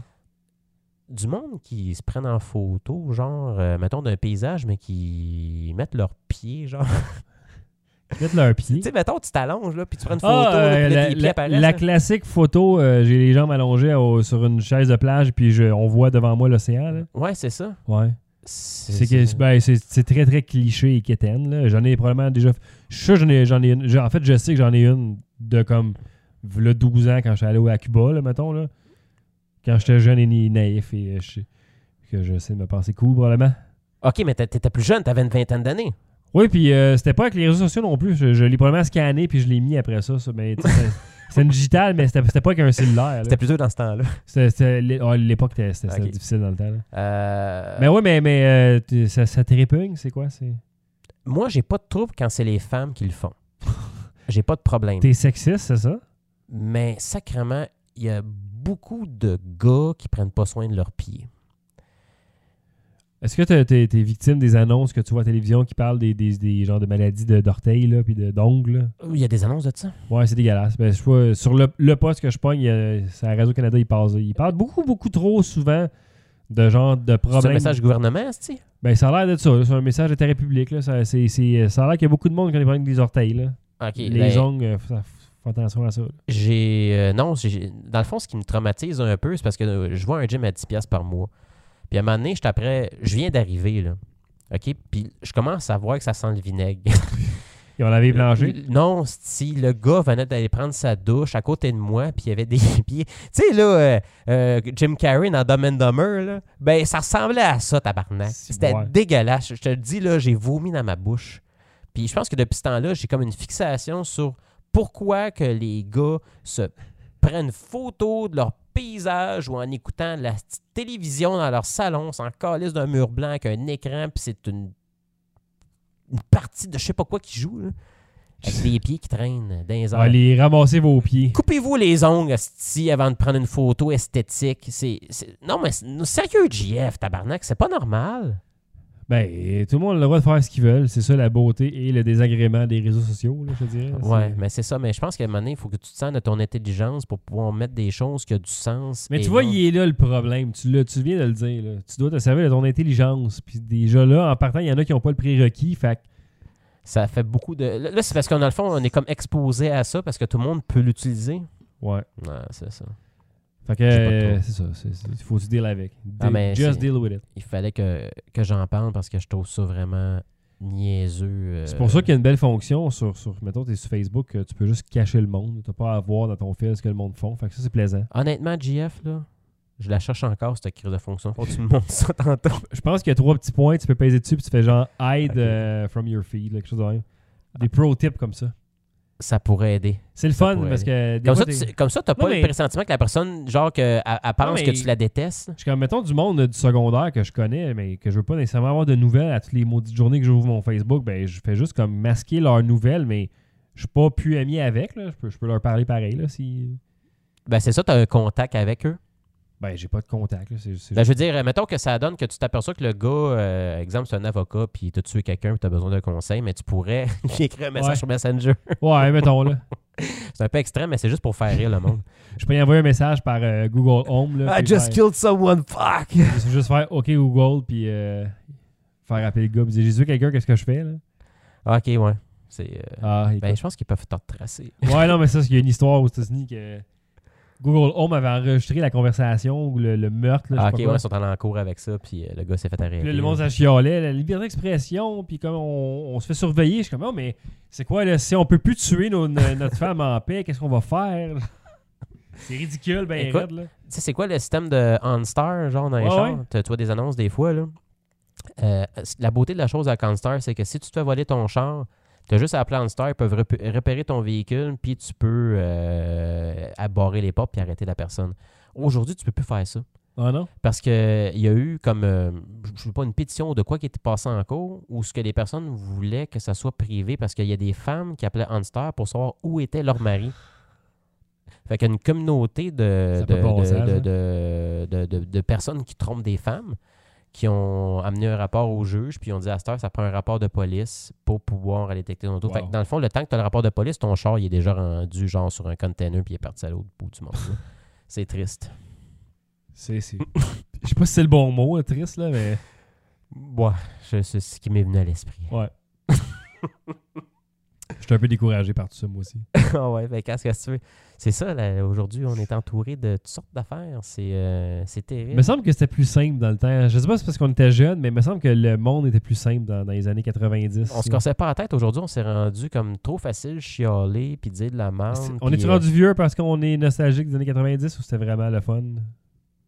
du monde qui se prennent en photo, genre, euh, mettons, d'un paysage, mais qui mettent leurs pieds, genre.
Mettre leur
tu
pied.
sais, mettons, tu t'allonges, là, puis tu prends une photo,
Ah, euh,
là, puis là,
la,
tes pieds
la-
apparaissent,
la
hein. là.
classique photo, euh, j'ai les jambes allongées au- sur une chaise de plage, puis je- on voit devant moi l'océan. là.
Ouais, c'est ça.
Ouais. C'est que-
c'est-
ben, c'est- c'est très, très cliché et quétaine. là. J'en ai probablement déjà. Je suis sûr que j'en ai, j'en ai une. J'ai- En fait, je sais que j'en ai une de comme le 12 ans quand je suis allé au- à Cuba, là, mettons. Là. Quand j'étais jeune et ni- naïf et euh, je, que je sais de me penser cool, probablement.
OK, mais t'a- t'étais plus jeune, t'avais une vingtaine d'années.
Oui, puis euh, c'était pas avec les réseaux sociaux non plus. Je, je l'ai probablement scanné puis je l'ai mis après ça. ça. Mais, tu sais, c'est- c'est une digitale, mais c'était c'était pas avec un cellulaire. là.
C'était plus tôt dans ce temps-là.
C'était- c'était l'é- ah, l'époque, c'était c'était- c'était
Ok.
difficile dans le temps. là.
Euh,
Mais oui, mais, mais euh, tu- ça, ça te répugne, c'est quoi? c'est-
Moi, j'ai pas de trouble quand c'est les femmes qui le font. j'ai pas de problème.
T'es sexiste, c'est ça?
Mais sacrément, il y a beaucoup de gars qui prennent pas soin de leurs pieds.
Est-ce que t'es t'es- t'es victime des annonces que tu vois à la télévision qui parlent des, des, des genres de maladies de- d'orteils là, puis de- d'ongles?
Il y a des annonces de ça.
là? Ouais, c'est dégueulasse. Ben, je vois, sur le, le poste que je pogne, il y a- c'est à Radio-Canada, ils passent. Ils parlent beaucoup, beaucoup trop souvent de genre de
C'est un
problèmes.
message gouvernement, tu
Ben, ça a l'air de ça. là. C'est un message d'intérêt public. Là. Ça, c'est- c'est- ça a l'air qu'il y a beaucoup de monde qui a des problèmes avec des orteils. Là.
OK.
Les
ben-
ongles, euh, faut, faut attention à ça. là.
J'ai. euh, non, j'ai- dans le fond, ce qui me traumatise un peu, c'est parce que euh, je vois un gym à 10$ piastres par mois. Puis à un moment donné, j'étais après. Je viens d'arriver, là. OK? Puis je commence à voir que ça sent le vinaigre.
Et on l'avait blanché.
non, si le gars venait d'aller prendre sa douche à côté de moi, puis il y avait des pieds. Tu sais, là, euh, euh, Jim Carrey dans Dumb and Dumber, là, ben, ça ressemblait à ça, tabarnak.
Si,
C'était
ouais.
dégueulasse. Je te le dis, là, j'ai vomi dans ma bouche. Puis je pense que depuis ce temps-là, j'ai comme une fixation sur pourquoi que les gars se prennent photo de leur paysage ou en écoutant la petite télévision dans leur salon, s'en calissent d'un mur blanc avec un écran, puis c'est une, une partie de je sais pas quoi qui joue, là, avec des pieds qui traînent dans les airs.
Allez, ramasser vos pieds.
Coupez-vous les ongles, esti, avant de prendre une photo esthétique. C'est, c'est- Non, mais c'est- sérieux, JF, tabarnak, c'est pas normal.
Ben, tout le monde a le droit de faire ce qu'ils veulent. C'est ça la beauté et le désagrément des réseaux sociaux, là, je te dirais.
Ouais,
C'est-
mais c'est ça. Mais je pense qu'à un moment donné, il faut que tu te sens de ton intelligence pour pouvoir mettre des choses qui ont du sens.
Mais
et
tu vois,
non-
il est là le problème. Tu, l'as- tu viens de le dire. là. Tu dois te servir de ton intelligence. Puis déjà là, en partant, il y en a qui n'ont pas le prérequis. Fait que-
Ça fait beaucoup de. Là, là, c'est parce qu'en dans le fond, on est comme exposé à ça parce que tout le monde peut l'utiliser.
ouais.
Ouais, c'est ça.
Fait que,
J'ai pas de
euh,
trouble.
c'est ça. c'est- c'est- faut se deal avec.
Ah, mais
Just
c'est-
deal with it.
Il fallait que, que j'en parle parce que je trouve ça vraiment niaiseux. euh,
C'est pour ça qu'il y a une belle fonction sur, sur mettons, t'es sur Facebook, euh, tu peux juste cacher le monde. T'as pas à voir dans ton fil ce que le monde font. Fait que ça, c'est plaisant.
Honnêtement, JF, là, je la cherche encore, cette crise de fonction. Faut que tu me montres ça tantôt.
Je pense qu'il y a trois petits points, tu peux peser dessus, puis tu fais genre hide
Ok.
euh, from your feed, là, quelque chose de même. Des pro tips comme ça.
Ça pourrait aider.
C'est le fun
pourrait
parce que. des
Comme
fois,
ça,
t'es-
tu comme ça, t'as pas
mais-
le pressentiment que la personne, genre, que, elle- elle pense
mais-
que tu la détestes.
Je suis comme, mettons, du monde euh, du secondaire que je connais, mais que je veux pas nécessairement avoir de nouvelles à toutes les maudites journées que j'ouvre mon Facebook, ben je fais juste comme masquer leurs nouvelles, mais je suis pas plus ami avec, là. Je peux, je peux leur parler pareil, là, si...
Ben, c'est ça, t'as un contact avec eux.
Ben, j'ai pas de contact. là, c'est- c'est
Ben, je veux dire, euh, mettons que ça donne que tu t'aperçois que le gars, euh, exemple, c'est un avocat, puis tu as tué quelqu'un, puis tu as besoin d'un conseil, mais tu pourrais lui écrire un message
Ouais.
sur Messenger.
Ouais, mettons là.
C'est un peu extrême, mais c'est juste pour faire rire le monde.
Je peux y envoyer un message par euh, Google Home.
Ah,
Là, puis faire-
killed someone, fuck!
juste- juste faire OK Google, puis euh, faire appeler le gars. puis dire, J'ai tué quelqu'un, qu'est-ce que je fais? Là?
Ok, ouais. C'est, euh,
Ah, écoute.
ben, je pense qu'ils peuvent te retracer.
Ouais, non, mais ça, il y a une histoire aux États-Unis que Google Home avait enregistré la conversation ou le, le meurtre. Là, je sais
Ah,
pas
ok, ouais,
quoi.
ils sont allés en cours avec ça, puis euh, le gars s'est fait arrêter.
Puis là, le monde s'achiolait, la liberté d'expression, puis comme on, on se fait surveiller, je suis comme, oh, mais c'est quoi, là, si on peut plus tuer nos- no- notre femme en paix, qu'est-ce qu'on va faire? C'est ridicule, ben
Écoute,
raide, là.
Tu sais, c'est quoi le système de OnStar, genre dans les
Ouais,
chars?
ouais.
T'as- Tu vois des annonces des fois, là. Euh, c- la beauté de la chose avec OnStar, c'est que si tu te fais voler ton char, tu as juste à appeler OnStar, ils peuvent repé- repérer ton véhicule, puis tu peux euh, abarrer les portes puis arrêter la personne. Aujourd'hui, tu peux plus faire ça.
Ah non?
Parce que il y a eu comme, euh, je ne sais pas, une pétition de quoi qui était passée en cours, ou ce que les personnes voulaient que ça soit privé, parce qu'il y a des femmes qui appelaient OnStar pour savoir où était leur mari. Fait qu'il y a une communauté de,
Ça
de,
a pas de bon
de-
sens,
de-
hein?
de- de- de- de personnes qui trompent des femmes, qui ont amené un rapport au juge, puis ils ont dit à cette heure, ça prend un rapport de police pour pouvoir aller détecter ton auto. Fait que
Wow.
dans le fond, le temps que tu as le rapport de police, ton char, il est déjà rendu genre sur un container, puis il est parti à l'autre bout du monde. là. C'est triste.
C'est, c'est... je sais pas si c'est le bon mot, là, triste, là, mais...
Ouais, je- c'est ce qui m'est venu à l'esprit.
Ouais. Je suis un peu découragé par tout ça, moi aussi.
Ah ouais, ben qu'est-ce que tu veux? C'est ça, là, aujourd'hui, on est entouré de toutes sortes d'affaires. C'est euh, c'est
Il
terrible.
me semble que c'était plus simple dans le temps. Je sais pas si c'est parce qu'on était jeune, mais il me semble que le monde était plus simple dans, dans les années 90.
on se
là.
cassait pas la tête. Aujourd'hui, on s'est rendu comme trop facile, chialer, puis dire de la merde.
C'est- On
puis,
est-tu
euh,
rendu vieux parce qu'on est nostalgique des années 90 ou c'était vraiment le fun?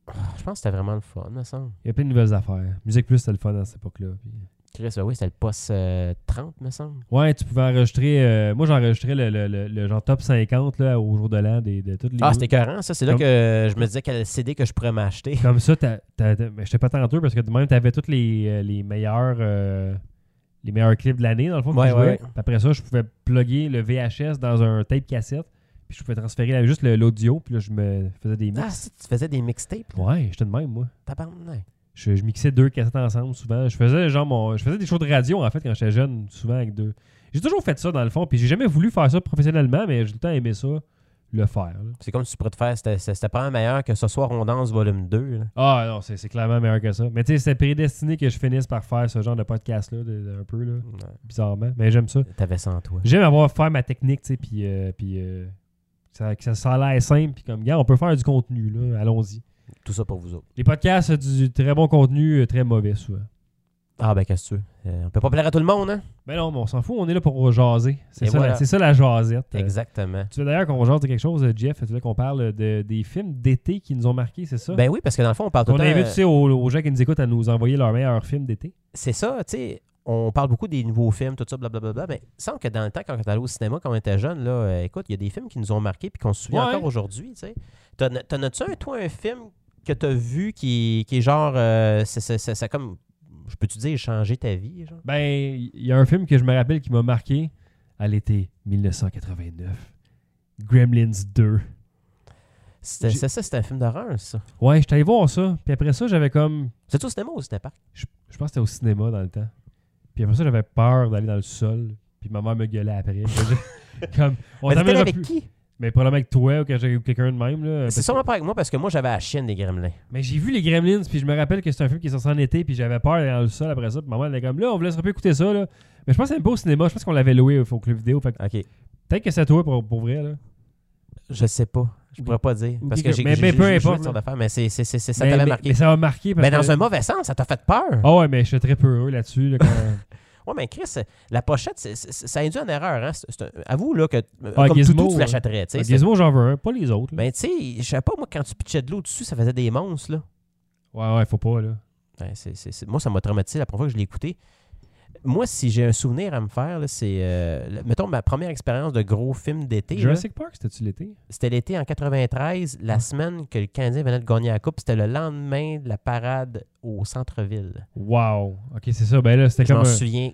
ah, Je pense que c'était vraiment le fun, me semble.
Il y a plein de nouvelles affaires. Musique Plus, c'était le fun à cette époque-là. puis-
Chris, euh, oui, c'était le poste euh, 30, me semble.
Ouais, tu pouvais enregistrer. euh, moi, j'enregistrais le, le- le- le genre top 50 là, au jour de l'an des- de toutes les.
Ah, c'était écœurant, ça. C'est là
Comme-
que je me disais quel CD que je pourrais m'acheter.
Comme ça, t'as- t'as- t'as- mais j'étais pas tenteux parce que de même, t'avais tous les, euh, les meilleurs. euh, les meilleurs clips de l'année, dans le fond, que
Ouais,
je jouais.
ouais.
Puis Après ça, je pouvais plugger le VHS dans un tape cassette, puis je pouvais transférer la- juste le- l'audio, puis là, je me faisais des
Ah,
mix.
si, tu faisais des mixtapes, là.
ouais, j'étais de même, moi.
Tabarnak.
Je, je mixais deux cassettes ensemble souvent. Je faisais genre mon, je faisais des shows de radio en fait quand j'étais jeune, souvent avec deux. J'ai toujours fait ça dans le fond, puis j'ai jamais voulu faire ça professionnellement, mais j'ai tout le temps aimé ça, le faire. là.
C'est comme si tu pourrais te faire. C'était c'était pas meilleur que ce soir, on danse volume 2. là.
Ah non, c'est c'est clairement meilleur que ça. Mais tu sais, c'était prédestiné que je finisse par faire ce genre de podcast là, un peu là,
Ouais,
bizarrement. Mais j'aime ça.
T'avais ça en toi.
J'aime avoir faire ma technique, tu sais, puis euh, puis euh, ça, que ça, ça a l'air simple, puis comme gars, on peut faire du contenu là, allons-y.
Tout ça pour vous autres.
Les podcasts, c'est du très bon contenu, euh, très mauvais souvent.
Ah ben qu'est-ce que tu veux? Euh, on peut pas plaire à tout le monde, hein?
Mais Ben non, mais on s'en fout, on est là pour jaser. C'est
Et
ça, la-
voilà.
c'est ça la jasette. Euh,
Exactement.
Tu veux d'ailleurs qu'on jase de quelque chose, euh, Jeff? Tu veux qu'on parle de, des films d'été qui nous ont marqués, c'est ça?
Ben oui, parce que dans le fond, on parle tout
on
le temps.
invite
euh,
tu sais, aux, aux gens qui nous écoutent à nous envoyer leurs meilleurs films d'été.
C'est ça, tu sais. On parle beaucoup des nouveaux films, tout ça, blablabla. Mais il semble que dans le temps, quand on est allé au cinéma, quand on était jeune, là, euh, écoute, il y a des films qui nous ont marqués puis qu'on se souvient
Ouais.
encore aujourd'hui, tu sais. T'en as- T'en as-tu un, toi, un film que t'as vu qui, qui est genre. euh, c'est- c'est- c'est- ça comme. Je peux-tu dire, changer ta vie, genre?
Ben, il y a un film que je me rappelle qui m'a marqué à l'été 1989. Gremlins 2.
C'était-
J'ai-
C'est ça, c'était un film d'horreur, ça.
Ouais, j'étais allé voir ça. Puis après ça, j'avais comme...
C'est au cinéma ou au cinéparc?
Je, je pense que c'était au cinéma dans le temps. Puis après ça, j'avais peur d'aller dans le sol. Puis ma mère me gueulait après. comme, on
Mais t'étais allé
t'emmènera
Ben, avec
plus.
qui?
Mais probablement avec toi ou quand j'ai- ou quelqu'un de même. Là,
C'est sûrement pas avec moi parce que moi, j'avais la chienne des gremlins.
Mais j'ai vu les Gremlins, puis je me rappelle que c'est un film qui est sorti en été, puis j'avais peur d'aller dans le sol après ça. Puis maman, elle était comme là, on vous laissera pas écouter ça. Là. Mais je pense que c'est même pas au cinéma, je pense qu'on l'avait loué euh, au au club vidéo. Fait que
OK.
peut-être que c'est à toi pour, pour vrai. Là.
Je sais pas. Je
Ou-
pourrais pas dire.
ou
Parce que
quelque-
j'ai
mais-
j'ai-
mais
j'ai-
peu
j'ai joué
importe,
toutes sortes
là.
d'affaires, mais c'est- c'est- c'est- c'est- ça
Mais-
t'avait
mais-
marqué.
Mais ça m'a marqué. Parce
Mais dans
que-
un mauvais sens, ça t'a fait peur.
Ah ouais, mais j'étais très peureux là-dessus. là, quand-
Ouais, mais Chris, la pochette, c'est- c'est- ça induit une erreur. Hein? C'est- c'est un- Avoue là, que euh,
Ah,
comme
Gizmo,
Toutou, tu
ouais.
l'achèterais. tu sais.
Ah, Gizmo, j'en veux un, pas les autres. là.
Ben, tu sais, je sais pas, moi, quand tu pitchais de l'eau dessus, ça faisait des monstres. Là.
Ouais, ouais, faut pas. là.
Ben, c'est- c'est- c'est- Moi, ça m'a traumatisé la première fois que je l'ai écouté. Moi, si j'ai un souvenir à me faire, là, c'est. euh, le- mettons, ma première expérience de gros film d'été. là.
Jurassic Park, c'était-tu l'été
C'était l'été en 93,
Ah.
la semaine que le Canadien venait de gagner la Coupe. C'était le lendemain de la parade au centre-ville.
Wow. Ok, c'est ça. Ben là, c'était
Je
comme.
m'en
un-
souviens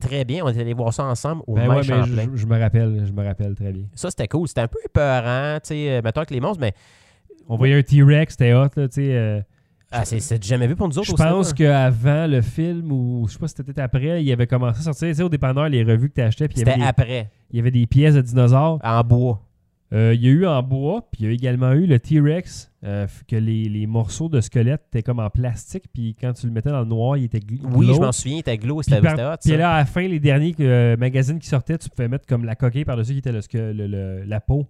très bien. On était allés voir ça ensemble au
Ben
Mail
ouais, mais je,
Champlain.
je- je me rappelle, je me rappelle très bien.
Ça, c'était cool. C'était un peu épeurant, tu sais, euh, mettons avec les monstres, mais
On voyait un T-Rex, c'était hot, là, tu sais. euh,
Ah, c'est- c'est jamais vu pour nous autres
je
au cinéma.
pense qu'avant le film, ou je sais pas si c'était peut-être après, il avait commencé à sortir, tu sais, au dépanneur, les revues que tu achetais, puis il y, avait
C'était
des,
après,
il y avait des pièces de dinosaures.
en bois.
Euh, il y a eu en bois, puis il y a également eu le T-Rex, euh, f- que les, les morceaux de squelette étaient comme en plastique, puis quand tu le mettais dans le noir, il était gl-
Oui, je
glow.
m'en souviens, t'as glow,
Puis,
c'était
par-
c'était hot.
puis
ça.
là, à la fin, les derniers euh, magazines qui sortaient, tu pouvais mettre comme la coquille par-dessus qui était le sque- le- le- la peau.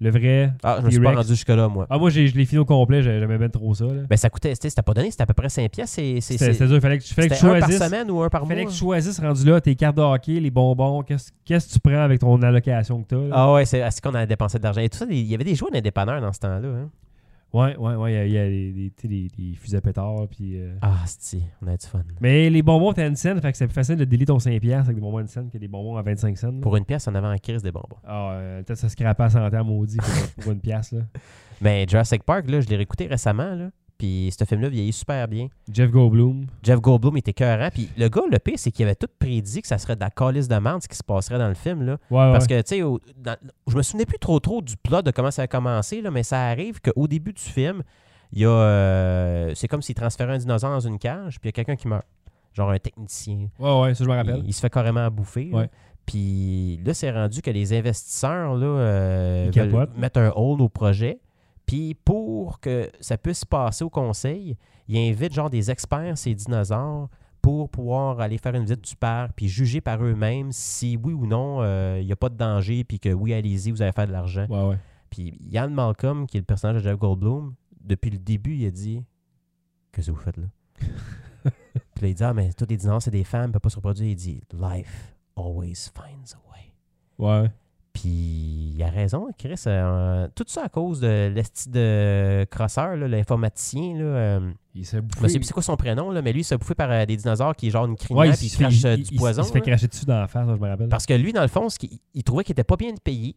Le vrai.
Ah, je me suis pas
T-Rex.
rendu jusque-là, moi.
Ah, moi, j'ai- je l'ai fini au complet, j'ai- j'aimais bien trop ça. là.
Ben, ça coûtait, c'était c'était pas donné, c'était à peu près 5 pièces. C'est, c'est,
C'était
c'est-
c'était dur, il fallait que tu, fallait que tu
c'était un par
choisisses.
semaine ou un par mois.
fallait que tu choisisses, rendu là, tes cartes de hockey, les bonbons, qu'est-ce qu'est-ce que tu prends avec ton allocation que tu as.
Ah ouais, c'est à ce qu'on a dépensé de l'argent. Et tout ça, il y avait des jouets d'indépanneurs dans ce temps-là. hein.
Ouais, ouais, ouais, il y a- il y a, des- des, tu sais, des- des fusées à pétards, puis. euh,
Ah, c'est on a du fun.
Mais les bonbons, t'as une scène, fait que c'est plus facile de délire ton 5$ avec des bonbons à une scène que des bonbons à 25 cents. là.
Pour une pièce, on avait en crise des bonbons.
Ah, euh, peut-être ça se crapasse à 100 ans, maudit, pour, pour une pièce. Là.
Mais Ben, Jurassic Park, là, je l'ai réécouté récemment, là. Puis ce film-là vieillit super bien.
Jeff Goldblum.
Jeff Goldblum était cohérent. Puis le gars, le pire, c'est qu'il avait tout prédit que ça serait de la calice de merde ce qui se passerait dans le film, là.
Ouais, Ah ouais.
Parce que, tu sais, au- dans- je me souvenais plus trop trop du plot de comment ça a commencé, là, mais ça arrive qu'au début du film, il y a. euh, c'est comme s'il transférait un dinosaure dans une cage, puis il y a quelqu'un qui meurt. Genre un technicien.
Ouais, ouais, ça je me rappelle.
Il, il se fait carrément bouffer. là.
Ouais.
Puis là, c'est rendu que les investisseurs là, euh,
Ils
veulent
capotent.
mettre un hold au projet. Puis pour que ça puisse passer au conseil, ils invitent genre des experts, ces dinosaures, pour pouvoir aller faire une visite du parc puis juger par eux-mêmes si oui ou non euh, il n'y a pas de danger puis que oui, allez-y, vous allez faire de l'argent.
Ouais, ouais.
Puis Ian Malcolm, qui est le personnage de Jeff Goldblum, depuis le début, il a dit Qu'est-ce que vous faites là Puis là, il dit Ah, mais tous les dinosaures, c'est des femmes, ils peuvent pas se reproduire. Il dit Life always finds a way.
Ouais.
Puis il a raison, Chris. euh, tout ça à cause de l'esti de crosseur, là, l'informaticien. Là, euh,
Il s'est
je
bouffé.
me sais plus c'est quoi son prénom, là, mais lui, il s'est bouffé par euh, des dinosaures qui est genre une
ouais,
crinière
il,
puis
se
il
fait,
crache euh,
il-
du
il-
poison.
Il se fait
là.
cracher dessus dans la face, ça, je me rappelle.
Parce que lui, dans le fond, ce qu'il- il trouvait qu'il était pas bien payé.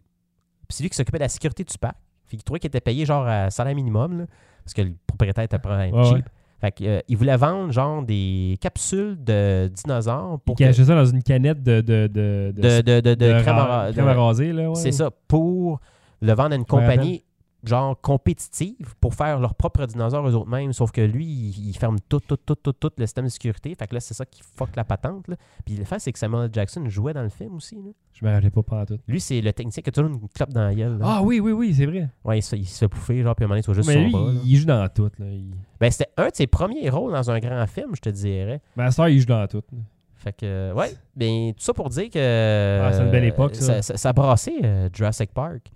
Puis c'est lui qui s'occupait de la sécurité du parc. Fait qu'il trouvait qu'il était payé genre à salaire minimum, là, parce que le propriétaire était probablement
Ouais,
cheap.
ouais.
Fait qu'il voulait vendre genre des capsules de dinosaures
Il
pour que-
cachait ça dans une canette de. de, de, de,
de, de, de, de crème
ra-
à- de-
crème à raser, là. ouais.
C'est ça, pour le vendre à
Je
une
me
compagnie genre compétitive pour faire leurs propres dinosaures eux autres mêmes. Sauf que lui, il, il ferme tout, tout, tout, tout, tout le système de sécurité. Fait que là, c'est ça qui fuck la patente. là. Puis le fait, c'est que Samuel Jackson jouait dans le film aussi. là.
Je me rappelais pas pas tout.
Lui, c'est le technicien qui a toujours une clope dans la gueule. là.
Ah oui, oui, oui, c'est vrai.
Ouais, il se, il se fait pouffer, genre, puis à un moment donné, il soit juste
Mais
son
lui,
bras, là.
il, il joue dans tout. Là. Il...
Ben, c'était un de ses premiers rôles dans un grand film, je te dirais.
Ma soeur, il joue dans tout. là.
Fait que, ouais, ben, tout ça pour dire que.
Ah, c'est une belle époque, ça.
Ça, ça brassait euh, Jurassic Park.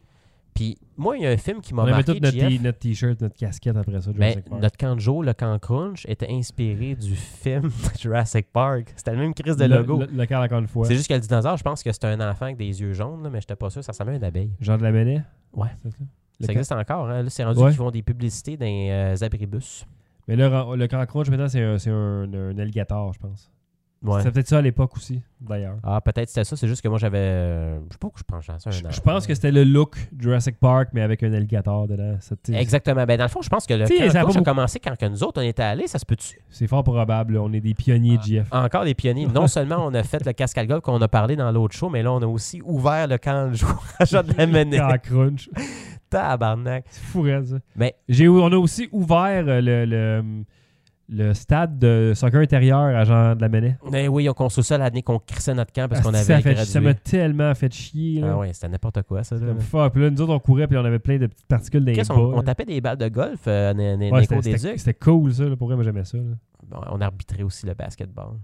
Puis, moi, il y a un film qui m'a
On avait
marqué.
tous notre
JF.
t- notre t-shirt, notre casquette après ça.
Ben,
Jurassic Park.
notre camp de jour, le camp Crunch, était inspiré du film Jurassic Park. C'était le même crise de
Le-
logo.
Le, le corps, encore une fois.
C'est juste que le dinosaure, je pense que c'était un enfant avec des yeux jaunes, là, mais j'étais pas sûr, ça ressemblait à une abeille.
Jean de la Menet.
Ouais.
c'est ça? Le
ça
ca-
existe encore, hein? Là, c'est rendu
Ouais.
qu'ils font des publicités dans les euh, abribus.
Mais là, ren- le camp crunch, maintenant, c'est un, c'est un- un alligator, je pense.
Ouais.
C'était peut-être ça à l'époque aussi, d'ailleurs.
Ah, peut-être c'était ça, c'est juste que moi j'avais. euh, je sais pas pourquoi je pense à ça. un
Je, je
enfant.
pense que c'était le look Jurassic Park, mais avec un alligator dedans. Ça, tu sais,
Exactement. Ben, dans le fond, je pense que le
T'sais,
camp
ça a pas
Crunch a
beaucoup-
commencé quand que nous autres, on était allés, ça se peut-tu?
C'est fort probable. là. On est des pionniers,
Ah.
GF.
Encore des pionniers. Non seulement on a fait le casque à gueule qu'on a parlé dans l'autre show, mais là, on a aussi ouvert le camp de jour à Jean de la Menet.
Camp crunch.
Tabarnak.
C'est fou, raide, ça.
Mais-
J'ai- on a aussi ouvert euh, le, le, le stade de soccer intérieur à Jean de la Menet.
Mais oui, on construit ça l'année qu'on crissait notre camp parce qu'on
Ah, ça
avait
fait-
gradué.
ça m'a tellement fait chier. Là.
Ah ouais, c'était n'importe quoi, ça. là.
Comme fuck. Puis là, nous autres, on courait, puis on avait plein de petites particules dans les
Qu'est-ce
bas.
qu'on- on,
là.
tapait des balles de golf euh, dans- dans- dans
Ouais,
les
c'était-
cours des
C'était
Ducs.
c'était cool, ça. Là. Pour vrai, moi, j'aimais ça. là.
Bon, on arbitrait aussi le basketball.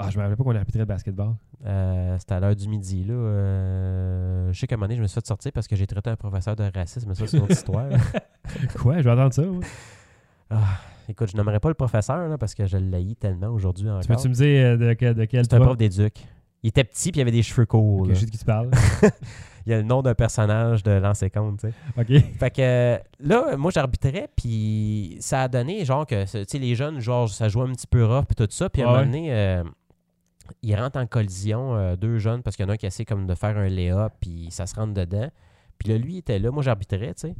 Ah, je me rappelais pas qu'on arbitrait le basketball.
Euh, c'était à l'heure du midi, là. euh, je sais qu'à un moment donné, je me suis fait sortir parce que j'ai traité un professeur de racisme, mais ça, c'est une autre histoire.
Quoi? Je vais entendre ça. ouais.
Écoute, je nommerai pas le professeur, là, parce que je l'ai tellement aujourd'hui
Tu
encore.
peux-tu me dire euh, de, que- de quel
C'est un
prof-
prof des Ducs. Il était petit, puis il avait des cheveux courts.
Ok,
là.
je sais de qui tu parles.
Il y a le nom d'un personnage de l'ancien compte, tu sais.
OK.
Fait que euh, là, moi, j'arbitrais, puis ça a donné, genre, que tu sais, les jeunes, genre, ça jouait un petit peu rough, puis tout ça. Puis à un
Ouais,
moment donné, euh, ils rentrent en collision, euh, deux jeunes, parce qu'il y en a un qui essaie comme de faire un léa, puis ça se rentre dedans. Puis là, lui, il était là, moi, j'arbitrais, tu sais.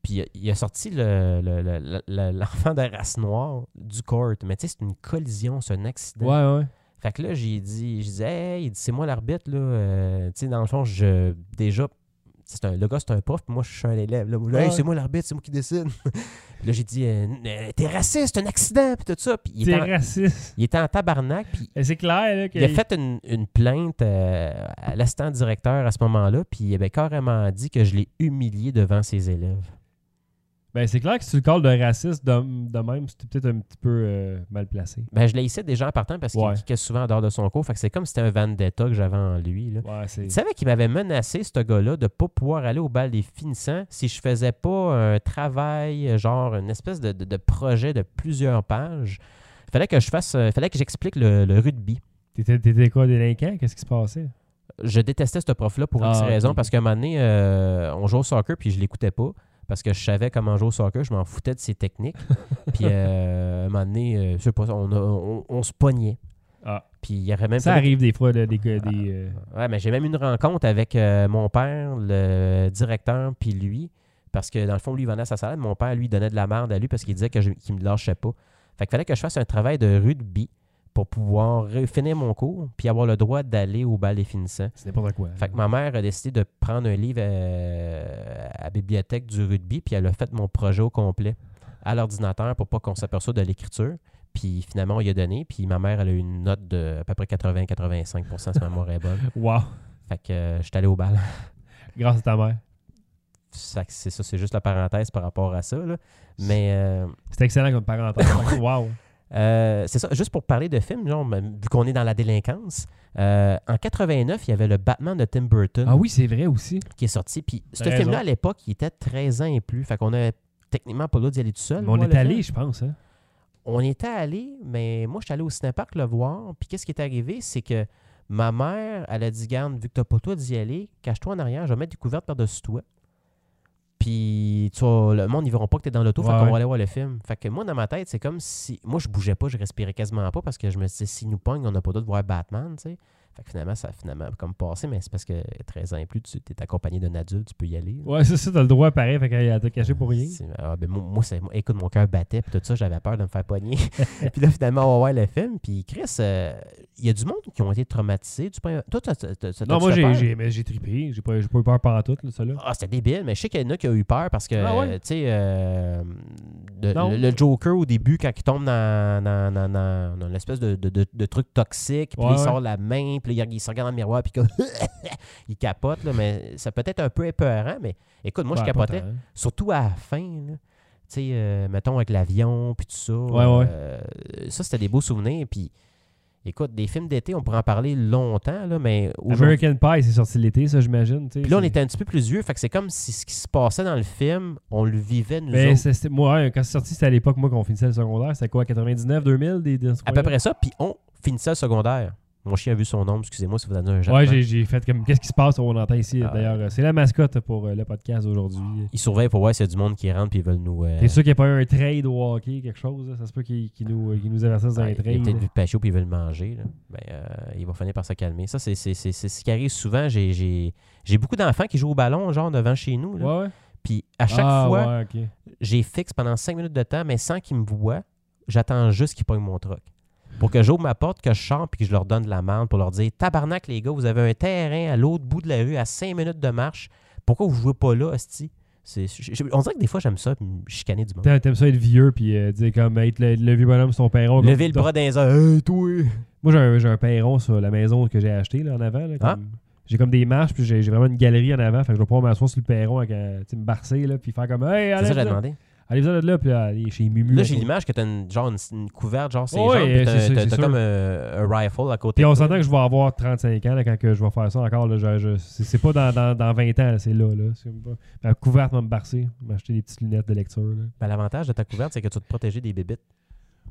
Puis euh, il a sorti le- le- le- le- le- l'enfant de race noire du court. Mais tu sais, c'est une collision, c'est un accident.
Ouais, ouais.
Fait que là, j'ai dit, je disais, hey, il dit, c'est moi l'arbitre, là. Euh, tu sais, dans le fond, je, déjà, tu c'est un- le gars, c'est un prof, puis moi, je suis un élève. Là, Moi, là, Hey,
Ouais.
c'est moi l'arbitre, c'est moi qui décide. Puis là, j'ai dit, euh, Euh, t'es raciste, c'est un accident, puis tout ça. Puis il,
T'es
était en,
raciste.
il était en tabarnak, puis
Et c'est clair, là, que-
il a fait une, une plainte euh, à l'assistant directeur à ce moment-là, puis il avait carrément dit que je l'ai humilié devant ses élèves.
Ben, c'est clair que si tu le calls de raciste de, de même, c'était peut-être un petit peu euh, mal placé.
Ben, je l'ai essayé déjà en partant parce qu'il
Ouais.
kickait souvent en dehors de son cours. Fait que c'est comme si c'était un vendetta que j'avais en lui. Là.
Ouais, c'est...
Tu savais qu'il m'avait menacé, ce gars-là, de ne pas pouvoir aller au bal des finissants si je faisais pas un travail, genre une espèce de, de- de projet de plusieurs pages. Fallait que je fasse, euh, fallait que j'explique le, le rugby.
T'étais, t'étais quoi, délinquant? Qu'est-ce qui se passait?
Je détestais ce prof-là pour
Ah,
X
ok.
raisons parce qu'à un moment donné, euh, on jouait au soccer puis je l'écoutais pas parce que je savais comment jouer au soccer, je m'en foutais de ses techniques. puis euh, à un moment donné, euh, je sais pas, on, a- on- on se pognait.
Ah.
Puis il y aurait même Ah.
Ça
fallu-
arrive des fois, là, des... des euh,
Ouais, mais j'ai même eu une rencontre avec euh, mon père, le directeur, puis lui. Parce que dans le fond, lui, il vendait sa salade. Mon père, lui, donnait de la merde à lui parce qu'il disait que je- qu'il me lâchait pas. Fait qu'il fallait que je fasse un travail de rugby pour pouvoir ré- finir mon cours puis avoir le droit d'aller au bal des finissants.
c'est n'importe quoi.
Fait que ma mère a décidé de prendre un livre euh, à la bibliothèque du rugby puis elle a fait mon projet au complet à l'ordinateur pour pas qu'on s'aperçoive de l'écriture. Puis finalement, on lui a donné. Puis ma mère, elle a eu une note de à peu près 80-85 si ma mémoire est bonne.
Wow!
Fait que euh, j'étais allé au bal.
Grâce à ta mère.
Ça, C'est ça, c'est juste la parenthèse par rapport à ça. là. Mais euh,
C'est excellent comme parenthèse. wow!
euh, c'est ça, juste pour parler de films, genre, même- vu qu'on est dans la délinquance, euh, en 89, il y avait le Batman de Tim Burton
Ah oui, c'est vrai aussi.
qui est sorti. Puis ce
T'as
film-là,
raison.
à l'époque, il était 13 ans et plus. Fait qu'on avait techniquement pas le droit d'y aller tout seul.
Mais on
voir
est
le
allé,
film.
je pense. Hein?
On était allé, mais moi, je suis allé au cinépark le voir. Puis qu'est-ce qui est arrivé? C'est que ma mère, elle a dit Garde, vu que t'as pas le droit d'y aller, cache-toi en arrière, je vais mettre des couvertes par-dessus toi. Puis tu vas- le monde, ils verront pas que t'es dans l'auto, fait
Ouais.
qu'on va aller voir le film. Fait que moi, dans ma tête, c'est comme si. Moi, je bougeais pas, je respirais quasiment pas parce que je me disais, si nous pognent, on n'a pas le droit de voir Batman, tu sais. Fait que finalement, ça a finalement comme passé, mais c'est parce que 13 ans et plus, tu es accompagné d'un adulte, tu peux y aller.
Ouais, c'est ça, t'as le droit pareil, fait qu'elle t'a caché pour rien.
C'est- ah, ben, moi, moi, c'est- moi, écoute, mon cœur battait, puis tout ça, j'avais peur de me faire pogner. puis là, finalement, on va voir le film. Puis Chris, euh, il y a du monde qui ont été traumatisés. Tu penses- Toi, t'as- t'as- t'as- t'as-
Non,
t'as-tu
moi,
fait
j'ai,
peur?
j'ai, mais j'ai trippé. J'ai pas, j'ai pas eu peur par tout, là, ça là.
Ah, c'était débile, mais je sais qu'il y en a qui ont eu peur parce que,
Ah ouais?
euh, tu sais, euh, le,
Non.
le- le Joker, au début, quand il tombe dans, dans, dans- dans- dans une espèce de, de- de- de truc toxique, puis
Ouais,
il
ouais.
sort la main, puis là, il, il se regarde dans le miroir, puis comme il capote, là, mais ça peut être un peu épeurant, mais écoute, moi, je
Ouais, pas
capotais.
tant, hein.
Surtout à la fin, là. Tu sais, euh, mettons avec l'avion, puis tout ça.
ouais.
euh, ça, c'était des beaux souvenirs. Puis, écoute, des films d'été, on pourrait en parler longtemps, là, mais aujourd'hui.
American Pie, c'est sorti l'été, ça, j'imagine. tu sais,
Puis là, on
c'est-
était un petit peu plus vieux, fait que c'est comme si ce qui se passait dans le film, on le vivait nous
Ben,
autres.
c'est- c'est- moi, hein, quand c'est sorti, c'était à l'époque, moi, qu'on finissait le secondaire. C'était quoi, 99, 2000 des, des-
À peu près ça, puis on finissait le secondaire. Mon chien a vu son nom, excusez-moi si vous avez un jappement.
Ouais, j'ai, j'ai fait comme. Qu'est-ce qui se passe? On entend ici.
Ah.
D'ailleurs, euh, c'est la mascotte pour euh, le podcast aujourd'hui.
Il surveille pour voir s'il y a du monde qui rentre, puis ils veulent nous. euh,
T'es sûr qu'il n'y a pas eu un trade au hockey, quelque chose? là? Ça se peut qu'il, qu'il nous, euh, qu'il nous avertisse dans
Ah,
un
il a
trade.
peut-être vu Pacho puis il veut le manger. là. Ben, euh, il va finir par se calmer. Ça, c'est c'est- c'est- c'est ce qui arrive souvent. J'ai- J'ai j'ai beaucoup d'enfants qui jouent au ballon, genre devant chez nous. là.
Ouais, ouais.
Puis à chaque
Ah,
fois,
ouais, ok.
j'ai fixe pendant cinq minutes de temps, mais sans qu'ils me voient, j'attends juste qu'ils pognent mon truck. Pour que j'ouvre ma porte, que je chante puis que je leur donne de la merde pour leur dire Tabarnak, les gars, vous avez un terrain à l'autre bout de la rue à cinq minutes de marche. Pourquoi vous jouez pas là, Asti On dirait que des fois, j'aime ça, me chicaner du monde.
T'aimes, t'aimes ça être vieux puis euh, dire comme être le, le vieux bonhomme sur ton perron. comme-
Lever le bras dans les airs. Hey, toi
Moi, j'ai un, j'ai un perron sur la maison que j'ai acheté là, en avant. là, comme-
Ah.
J'ai comme des marches, puis j'ai j'ai vraiment une galerie en avant. Fait que je vais pouvoir m'asseoir sur le perron, avec, euh, tu sais, me barcer, là, puis faire comme Hey,
C'est ça
allez,
que j'ai
allez,
demandé.
allez-vous de là, puis là, aller chez Mumu.
Là,
là,
j'ai
pour-
l'image que t'as une, genre une, une couverte, genre c'est
Ouais, ouais, c'est sûr, c'est
t'as
sûr.
comme euh, un rifle à côté.
Puis
de
on
toi.
s'entend que je vais avoir 35 ans là, quand que je vais faire ça encore. Là, je- je- c'est, c'est pas dans, dans, dans 20 ans, là, c'est là. là. C'est pas- Ma couverte va me barcer, m'acheter des petites lunettes de lecture. là.
Ben, L'avantage de ta couverte, c'est que tu vas te protéger des bébites.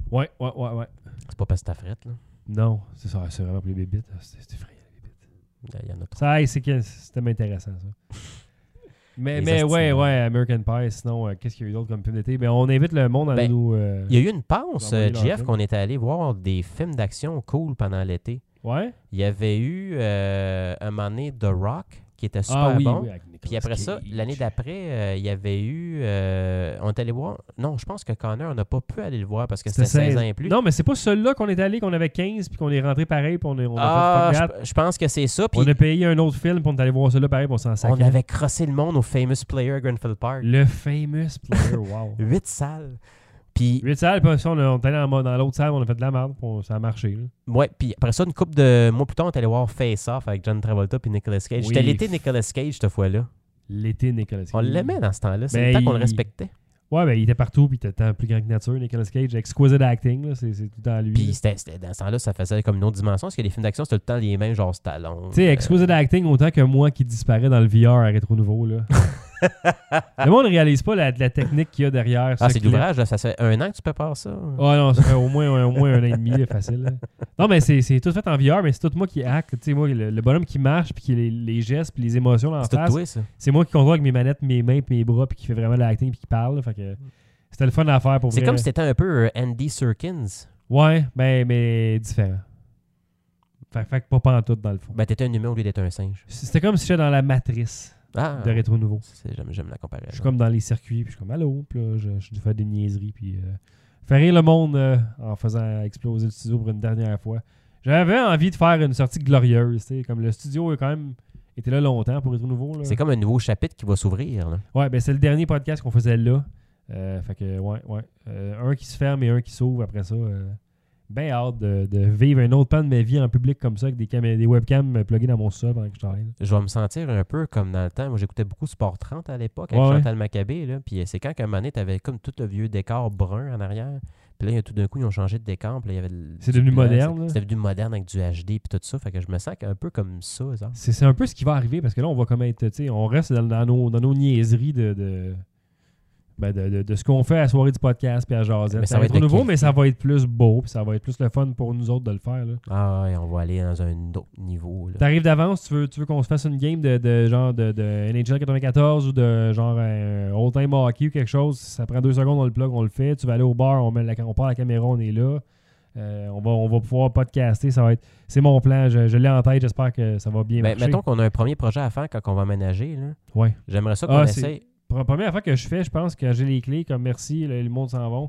Ouais, ouais, ouais, ouais.
C'est pas parce que t'as frette, là.
Non, c'est ça, c'est vraiment pour les bébites. Ah, C'est, c'est vrai, les bébites.
Là, Il y en a trop.
Ça, hey, c'est que c'était intéressant, ça. Mais,
Les
mais
hosties,
ouais,
hein.
ouais, American Pie, sinon, euh, qu'est-ce qu'il y a eu d'autre comme film d'été? Ben, on invite le monde à
Ben,
nous. euh,
Il y a eu une pause,
Ils ont envoyé
euh,
leur
Jeff,
film.
qu'on était allé voir des films d'action cool pendant l'été.
Ouais?
Il y avait eu euh, un moment donné The Rock. qui était super
Ah oui,
bon.
oui, avec Nicolas
Puis après ça,
Cage.
l'année d'après, euh, il y avait eu. euh, on est allé voir. Non, je pense que Connor, on n'a pas pu aller le voir parce que c'était 16 ans et plus.
Non, mais c'est pas celui-là qu'on est allé, qu'on avait 15, puis qu'on est rentré pareil, puis on, est, on a
ah,
fait fuck that.
je, je pense que c'est ça. Puis
On a payé un autre film, pour on est allé voir celui-là pareil, puis on s'en
on
sacrait.
avait crossé le monde au Famous Player à Grenfell Park.
Le famous player, wow.
Huit salles. Puis,
Huit salles, puis ça, on, a- on est allé en mode- dans l'autre salle, on a fait de la merde, puis on- ça a marché. là.
ouais, puis après ça, une couple de mois plus tard, on est allé voir Face Off avec John Travolta puis Nicolas Cage.
Oui.
J'étais l'été Nicolas Cage cette fois-là.
L'été, Nicolas Cage.
On l'aimait dans ce temps-là. C'est
Ben,
le temps qu'on le
il-
respectait.
Ouais, ben il était partout, puis il était tant plus grand que nature, Nicolas Cage. Exquisite acting, là, c'est c'est tout dans lui. là.
Puis c'était- c'était- dans ce temps-là, ça faisait comme une autre dimension parce que les films d'action, c'était tout le temps les mêmes, genre Stallone. euh,
Tu sais, exquisite acting autant que moi qui disparaît dans le VR à rétro nouveau, là. le monde ne réalise pas la, la technique qu'il y a derrière.
Ah,
ce
c'est de
clip.
l'ouvrage, là. ça fait un an que tu prépares ça.
Ah non, ça fait au moins, au moins un an et demi, là, facile. là. Non, mais c'est c'est tout fait en VR, mais c'est tout moi qui hack. Tu sais, moi, le, le bonhomme qui marche, puis qui a les, les gestes, puis les émotions en
c'est tout
face.
toi, ça.
C'est moi qui contrôle avec mes manettes, mes mains, puis mes bras, puis qui fait vraiment l'acting, puis qui parle. là. Fait que c'était le fun à faire pour
C'est
vrai.
comme si t'étais un peu euh, Andy Serkins.
Ouais, ben, mais différent. Fait, fait que pas pantoute, dans le fond.
Ben, t'étais un humain au lieu d'être un singe.
C'était comme si j'étais dans la matrice
Ah,
de rétro nouveau.
c'est- j'aime, j'aime la comparaison.
Je suis comme dans les circuits, puis je suis comme allô, puis là, je, je fais des niaiseries, puis euh, faire rire le monde euh, en faisant exploser le studio pour une dernière fois. J'avais envie de faire une sortie glorieuse, tu sais, comme le studio a quand même été là longtemps pour être nouveau. Là.
C'est comme un nouveau chapitre qui va s'ouvrir. là.
Ouais, ben c'est le dernier podcast qu'on faisait là. Euh, fait que, ouais, ouais. Euh, un qui se ferme et un qui s'ouvre après ça. euh, ben hâte de, de vivre un autre pan de ma vie en public comme ça, avec des, cam- des webcams pluggées dans mon sol pendant que je travaille. là.
Je vais me sentir un peu comme dans le temps. Moi, j'écoutais beaucoup Sport 30 à l'époque
Ouais,
avec
ouais.
Chantal Maccabé. Là. Puis euh, c'est quand qu'à un moment donné, t'avais comme tout le vieux décor brun en arrière. Puis là, il y a tout d'un coup, ils ont changé de décor. Puis là, il y avait le-
C'est devenu
du blanc,
moderne,
c'est-
là.
C'est devenu moderne avec du HD puis tout ça. Fait que je me sens un peu comme ça. genre.
C'est c'est un peu ce qui va arriver parce que là, on va comme être, tu sais, on reste dans, dans nos, dans nos niaiseries de, de, ben, de, de- de ce qu'on fait à la soirée du podcast puis à jaser.
Mais
Ça va être
de
nouveau,
qualité.
mais ça va être plus beau puis ça va être plus le fun pour nous autres de le faire. là.
Ah, ouais, on va aller dans un autre niveau. là.
T'arrives d'avance, tu veux, tu veux qu'on se fasse une game de, de genre de, de NHL 94 ou de genre un Old Time Hockey ou quelque chose, ça prend deux secondes, on le plug, on le fait. Tu vas aller au bar, on, met la, on part la caméra, on est là. Euh, on, va, on va pouvoir podcaster, ça va être. C'est mon plan, je, je l'ai en tête, j'espère que ça va bien
Ben,
marcher.
mettons qu'on a un premier projet à faire quand on va aménager. là.
Ouais.
J'aimerais ça qu'on
Ah, c'est-
essaye.
Pour la première fois que je fais, je pense que j'ai les clés, comme merci, le, le monde s'en va.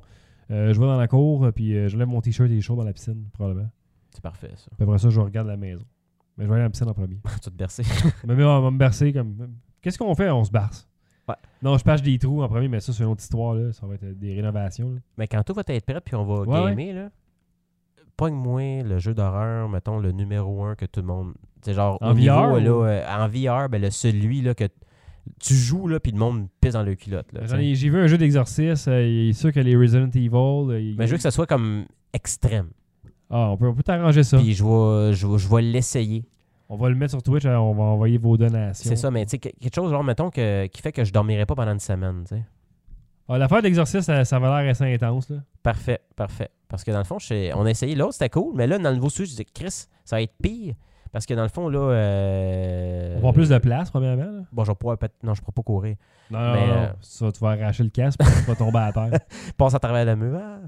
Euh, je vais dans la cour, puis euh, je lève mon t-shirt et chaud dans la piscine, probablement.
C'est parfait, ça.
Puis après ça, je regarde la maison. Mais je vais aller à la piscine en premier.
tu vas te bercer.
Mais mais on va me bercer comme. Qu'est-ce qu'on fait On se barce.
Ouais.
Non, je pâche des trous en premier, mais ça, c'est une autre histoire. Là. Ça va être euh, des rénovations. là.
Mais quand tout va être prêt, puis on va
Ouais,
gamer, là, pogne-moi le jeu d'horreur, mettons, le numéro un que tout le monde... C'est genre,
En
au niveau,
VR,
là,
ou-
euh, en VR, ben, le, celui là, que t- tu joues, là, puis le monde pisse dans le culotte. Là,
J'en
t'sais.
ai- J'ai vu un jeu d'exorcisme. euh, il est sûr que les Resident Evil. euh, il-
Mais je veux que ça soit comme extrême.
Ah, on peut, on peut t'arranger ça.
Puis je vais, je vais, je vais l'essayer.
On va le mettre sur Twitch. euh, On va envoyer vos donations.
C'est ça, mais tu sais, que- quelque chose, genre, mettons, que, qui fait que je dormirai pas pendant une semaine, tu sais.
Ah, L'affaire d'exorcisme, ça, ça va l'air assez intense. Là.
Parfait, parfait. Parce que dans le fond, je sais- on a essayé l'autre, c'était cool, mais là, dans le nouveau sujet, je disais, Chris, ça va être pire. Parce que dans le fond, là. euh,
On va avoir plus de place, premièrement. là.
Bon, je vais pouvoir peut-être- Non, je pourrais pas courir.
Non,
Mais,
non, non.
euh,
Tu, vas, tu vas arracher le casque puis tu vas tomber à terre.
Je passe à travers la mur. ah.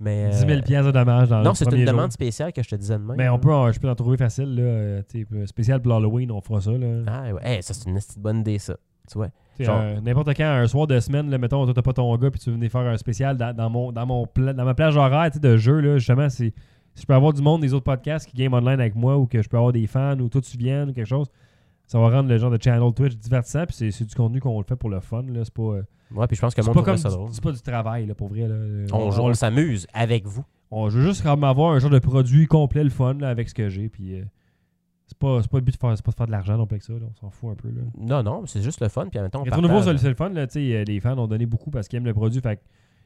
Mais.
10 000
euh,
piastres de dommages dans
Non,
le
c'est
premier
une
jour.
demande spéciale que je te disais demain.
Mais on peut, en- je peux en trouver facile. Là, euh, tu sais, spécial pour Halloween, on fera ça. Là.
Ah, ouais. Hey, ça, c'est une esti de bonne idée, ça. Tu vois.
Tu sais,
Genre-
un- N'importe quand, un soir de semaine, là, mettons, toi, t'as pas ton gars, puis tu venais faire un spécial dans, dans mon, dans, mon pla- dans ma plage horaire tu sais, de jeu, là, justement, si, si je peux avoir du monde des autres podcasts qui game online avec moi, ou que je peux avoir des fans, ou toi, tu viennes, ou quelque chose, ça va rendre le genre de channel Twitch divertissant, puis c'est- c'est du contenu qu'on le fait pour le fun, là, c'est pas, euh,
Ouais, puis je pense que le
c'est
monde
pas,
trouverait
comme
ça
du-
drôle.
c'est pas du travail, là, pour vrai. Là. Euh,
On, joue,
on
on
le-
s'amuse avec vous.
on- je veux juste comme avoir un genre de produit complet, le fun, là, avec ce que j'ai, puis euh, c'est pas, c'est pas le but de faire, c'est pas de, faire de l'argent non plus avec ça, là, on s'en fout un peu, là.
Non, non, c'est juste le fun. Puis en même temps, on
Rétro Nouveau,
partage.
c'est le- c'est le fun. Là, tu sais, euh, les fans ont donné beaucoup parce qu'ils aiment le produit. Fait que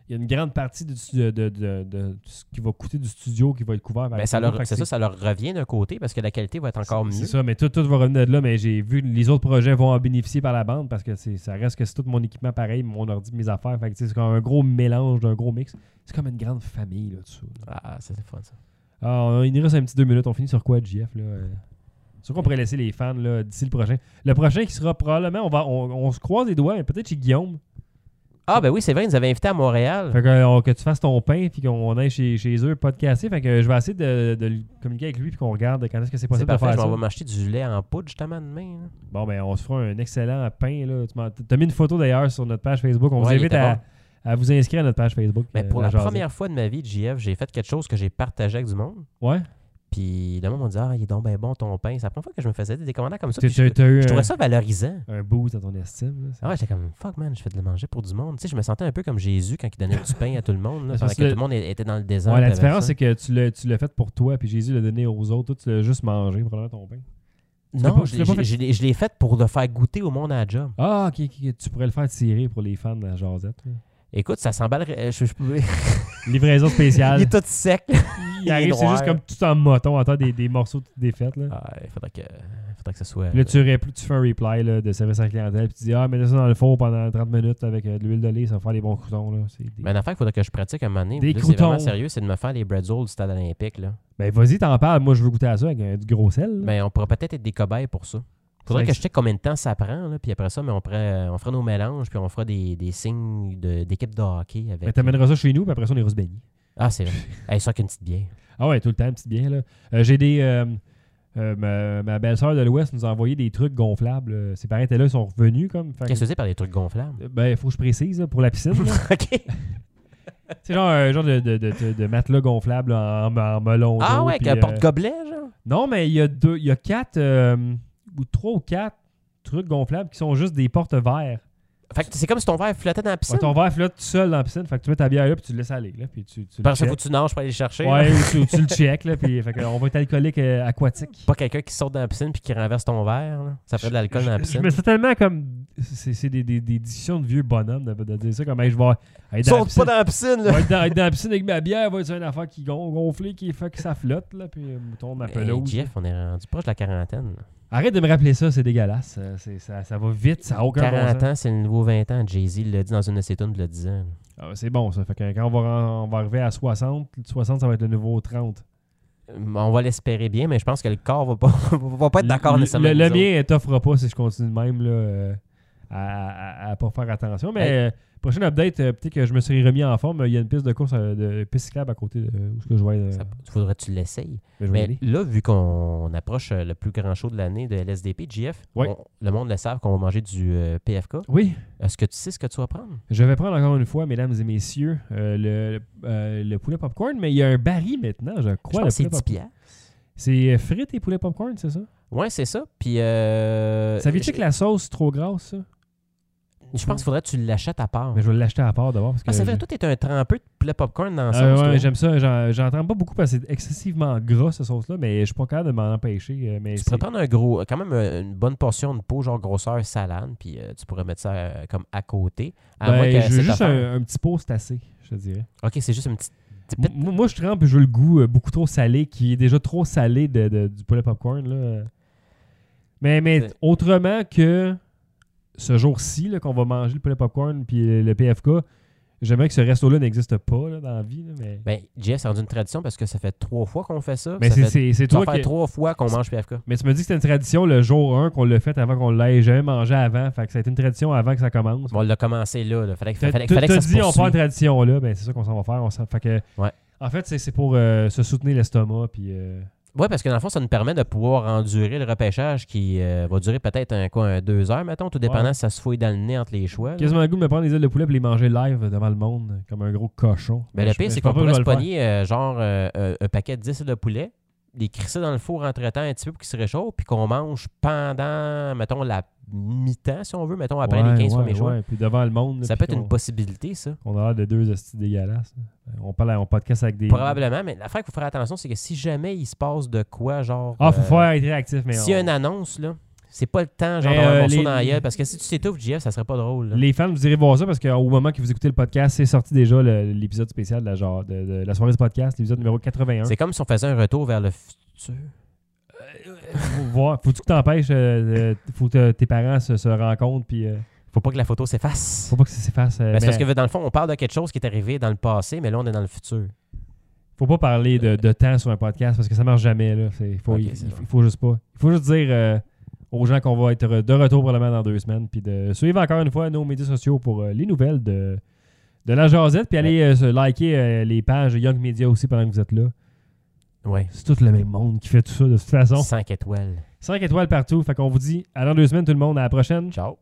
il y a une grande partie du- de, de- de- de ce qui va coûter du studio qui va être couvert. par
Ben, ça
Rétro
leur-
Nouveau. Fait que
c'est ça, ça leur revient d'un côté parce que la qualité va être encore mieux.
C'est ça, mais tout, tout va revenir de là. Mais j'ai vu les autres projets vont en bénéficier par la bande parce que c'est- ça reste que c'est tout mon équipement pareil, mon ordi, mes affaires. Fait que tu sais, c'est comme un gros mélange d'un gros mix. C'est comme une grande famille là-dessous.
Ah, c'est le fun, ça.
Alors, Ah, il nous reste un petit deux minutes. On finit sur quoi, JF? Là? euh? Sur quoi on pourrait laisser les fans là, d'ici le prochain? Le prochain qui sera probablement, on, va, on, on se croise les doigts, mais peut-être chez Guillaume.
Ah, ben oui, c'est vrai, ils nous avaient invités à Montréal.
Fait que, euh, on- que tu fasses ton pain puis qu'on aille chez, chez eux podcaster. Fait que euh, je vais essayer de, de le communiquer avec lui puis qu'on regarde quand est-ce que c'est
C'est
possible de
parfait,
faire
je m'en
ça.
vais m'acheter du lait en poudre justement demain. là.
Bon, ben on se fera un excellent pain. Là. Tu m'en- t'as mis une photo d'ailleurs sur notre page Facebook. On
Ouais,
vous
il
invite
était
à,
bon.
à vous inscrire à notre page Facebook.
Mais
euh,
pour
à
la
jaser.
première fois de ma vie, JF, j'ai fait quelque chose que j'ai partagé avec du monde.
Ouais.
Puis le monde m'a dit Ah, il est donc ben bon ton pain. C'est la première fois que je me faisais des commentaires comme ça.
Tu
puis je,
as eu
je
un,
trouvais ça valorisant.
un boost dans ton estime. là.
Ah ouais, j'étais comme fuck man, je fais de le manger pour du monde. Tu sais, je me sentais un peu comme Jésus quand il donnait du pain à tout le monde, là,
Parce
pendant
que
que
le-
tout le monde était dans le désert.
Ouais, la
avec
différence,
ça.
c'est que tu l'as, tu l'as fait pour toi, puis Jésus l'a donné aux autres. Toi, tu l'as juste mangé, probablement, ton pain.
Non,
pas-
je
tu l'as pas
l'ai- je l'ai- je l'ai fait pour le faire goûter au monde à la job.
Ah, ok, ok, ok. tu pourrais le faire tirer pour les fans de la jasette. là.
Écoute, ça s'emballerait. euh, Je, je-
Livraison
il
spéciale.
est tout sec.
Il arrive, c'est juste
noir.
comme tout en moton, en temps des, des morceaux tout défaits. Là.
Ah, il faudrait que, il faudrait que ce soit. euh,
Puis là, tu, répl- tu fais un reply là, de service à la clientèle, puis tu dis Ah, mets ça dans le four pendant 30 minutes avec euh, de l'huile d'olive, ça va faire des bons croutons. Là. C'est des-
Mais ben, une affaire qu'il faudrait que je pratique un moment donné.
Des
là, c'est vraiment
croutons.
sérieux, c'est de me faire les bretzels du stade olympique. Là.
Ben, vas-y, t'en parles. Moi, je veux goûter à ça avec euh, du gros sel. là.
Ben, on pourrait peut-être être des cobayes pour ça. Faudrait
Faudrait
que
que-
je check combien de temps ça prend, là, puis après ça, mais on, pourrait- on fera nos mélanges, puis on fera des, des signes de- d'équipe de, hockey
Ben,
avec.
t'amèneras ça chez nous, puis après ça, on ira se baigner.
Ah, c'est vrai. hey, ça qu'une petite bière.
Ah ouais, tout le temps, petit bien. Là. Euh, j'ai des. euh, euh, ma, ma belle-sœur de l'Ouest nous a envoyé des trucs gonflables. euh, Ses parents étaient là, ils sont revenus comme. Fait que-
Qu'est-ce que c'est par des trucs gonflables?
ben, faut que je précise là, pour la piscine. là.
OK.
c'est genre un genre de, de, de- de- de matelas gonflable en, en melon.
Ah
d'eau,
ouais, avec
puis,
un
euh,
porte-gobelet, genre?
Non, mais il y a deux, il y a quatre euh, ou trois ou quatre trucs gonflables qui sont juste des portes vertes.
Fait que c'est comme si ton verre flottait dans la piscine.
Ouais, ton verre flotte tout seul dans la piscine, fait que tu mets ta bière là puis tu le laisses aller là, puis tu, tu le
Parce que faut
check.
que tu nages pour aller le chercher.
Ouais,
là.
ou tu, tu le check là, puis fait que, on va être alcoolique euh, aquatique.
Pas quelqu'un qui saute dans la piscine puis qui renverse ton verre. là. Ça ferait de l'alcool dans la
Je
piscine.
me sens tellement comme. C'est c'est des, des, des discussions de vieux bonhomme de, de dire ça, comme Hey, je vais être dans, la
Saute
piscine,
pas dans la piscine, là.
je vais être dans- être dans la piscine avec ma bière, va être sur une affaire qui gon- gonflée, qui fait que ça flotte, là, puis euh, mouton, ma
Hey,
pelouse.
Jeff, on est rendu proche de la quarantaine. là.
Arrête de me rappeler ça, c'est dégueulasse. Ça, c'est- ça, ça va vite, ça a aucun bon
40
sens.
ans, c'est le nouveau 20 ans. Jay-Z l'a dit dans une de ses tunes, il l'a dit. hein.
Ah, c'est bon, ça. Fait que quand on va, ren- on va arriver à 60, 60, ça va être le nouveau 30.
Euh, On va l'espérer bien, mais je pense que le corps va pas, va pas être d'accord
Le-
nécessairement.
Le,
avec
le
nous autres.
mien, elle t'offre pas si je continue de même là, euh, à, à, à pas faire attention. Mais
Hey.
euh, prochaine update, euh, peut-être que je me serai remis en forme. Il y a une piste de course, euh, de piste cyclable à côté de où est-ce que je vais. euh,
Ça- faudrait que tu l'essayes.
mais je vais y
Mais
aller.
là, vu qu'on approche euh, le plus grand show de l'année de LSDP, JF,
Ouais.
on- le monde le savent qu'on va manger du euh, PFK.
Oui,
Est-ce que tu sais ce que tu vas prendre?
je vais prendre encore une fois, mesdames et messieurs, euh, le, le- euh, le poulet popcorn, mais il y a un baril maintenant, je
Je
crois.
pense que
le
c'est 10
poulet pop-
piastres.
C'est euh, frites et poulet popcorn, c'est ça?
Ouais, c'est ça. Puis. Euh,
Savais-tu
je-
que la sauce est trop grasse, ça?
Je pense qu'il faudrait que tu l'achètes à part.
Mais je vais l'acheter à part d'abord. parce que
Ah, c'est vrai,
je-
toi, t'es un trempeux de poulet popcorn dans
Ah
ça.
ouais, j'aime ça. J'en- J'entends pas beaucoup parce que c'est excessivement gras, cette sauce-là, mais je suis pas capable de m'en empêcher. euh, Mais
Tu
c'est-
pourrais prendre un gros, quand même euh, une bonne portion de peau, genre grosseur salade, puis euh, tu pourrais mettre ça euh, comme à côté. À
Ben,
moins que
je veux
cette
juste
affaire-
un, un petit pot, c'est assez, je te dirais.
Ok, c'est juste une petite. petite
M-
pite.
Moi, moi, je trempe et je veux le goût euh, beaucoup trop salé, qui est déjà trop salé de, de- du poulet popcorn. Là. Mais, mais
C'est-
autrement que ce jour-ci là, qu'on va manger le poulet popcorn puis le, le PFK, j'aimerais que ce resto-là n'existe pas là, dans la vie. là, mais
Ben, Jess, c'est rendu une tradition parce que ça fait trois fois qu'on fait ça.
mais
ça
Ben, c'est- c'est
fait...
c'est
ça va
toi
faire
qui...
trois fois qu'on mange PFK.
Mais tu me dis que c'était une tradition le jour 1 qu'on l'a fait avant qu'on l'ait jamais mangé avant. Fait que ça a été une tradition avant que ça commence.
Bon, on l'a commencé là. là. Fallait, que-
T'as
fallait, fallait que
t'as
ça se
dit, on
poursuive.
part en tradition là, ben c'est ça qu'on s'en va faire. On s'en- fait que,
Ouais.
En fait, c'est c'est pour euh, se soutenir l'estomac. Puis, euh,
Ouais, parce que dans le fond, ça nous permet de pouvoir endurer le repêchage qui euh, va durer peut-être un, quoi, un deux heures, mettons, tout dépendant
Ouais.
si ça se fouille dans le nez entre les choix. là.
quasiment le goût de me prendre des ailes de poulet et les manger live devant le monde, comme un gros cochon.
Ben,
Je-
le
je
pire, c'est
pense
qu'on
pas que je
pourrait se
vais le faire.
pogner euh, genre euh, euh, un paquet de 10 de poulet, les crisser dans le four entre-temps un petit peu pour qu'ils se réchauffent, puis qu'on mange pendant, mettons, la mi-temps, si on veut, mettons, après
Ouais,
les 15
ouais,
premiers choix.
ouais, Puis devant le monde. là,
Ça
puis
peut être
qu'on-
une possibilité, ça.
qu'on a l'air de deux hosties dégueulasses. là. On parle, on podcast avec des.
Probablement, mais l'affaire qu'il faut faire attention, c'est que si jamais il se passe de quoi, genre.
Ah, faut
euh,
faire être réactif, mais.
S'il y a
on-
une annonce, là, c'est pas le temps, genre,
Mais,
d'avoir
euh,
un morceau
les-
dans la gueule, parce que si tu t'étouffes, JF, ça serait pas drôle. là.
Les fans, vous irez voir ça parce qu'au moment que vous écoutez le podcast, c'est sorti déjà le- l'épisode spécial de la, genre, de, de la soirée du podcast, l'épisode numéro 81.
C'est comme si on faisait un retour vers le futur.
Faut voir, faut-tu que t'empêches, euh, de- faut que tes parents se, se rencontrent, puis euh,
Faut pas que la photo s'efface.
faut pas que ça s'efface. euh,
Ben,
mais
c'est parce que dans le fond, on parle de quelque chose qui est arrivé dans le passé, mais là, on est dans le futur.
Faut pas parler de, de temps sur un podcast parce que ça marche jamais. Là. C'est- faut,
Ok,
il,
c'est
il-
vrai.
il faut juste pas. Il faut juste dire euh, aux gens qu'on va être de retour probablement dans deux semaines. Puis de suivre encore une fois nos médias sociaux pour euh, les nouvelles de, de la Jazette. Puis allez euh, se liker euh, les pages Young Media aussi pendant que vous êtes là.
Ouais.
C'est tout le même monde qui fait tout ça de toute façon.
5 étoiles.
5 étoiles partout. Fait qu'on vous dit à dans deux semaines tout le monde. À la prochaine.
Ciao.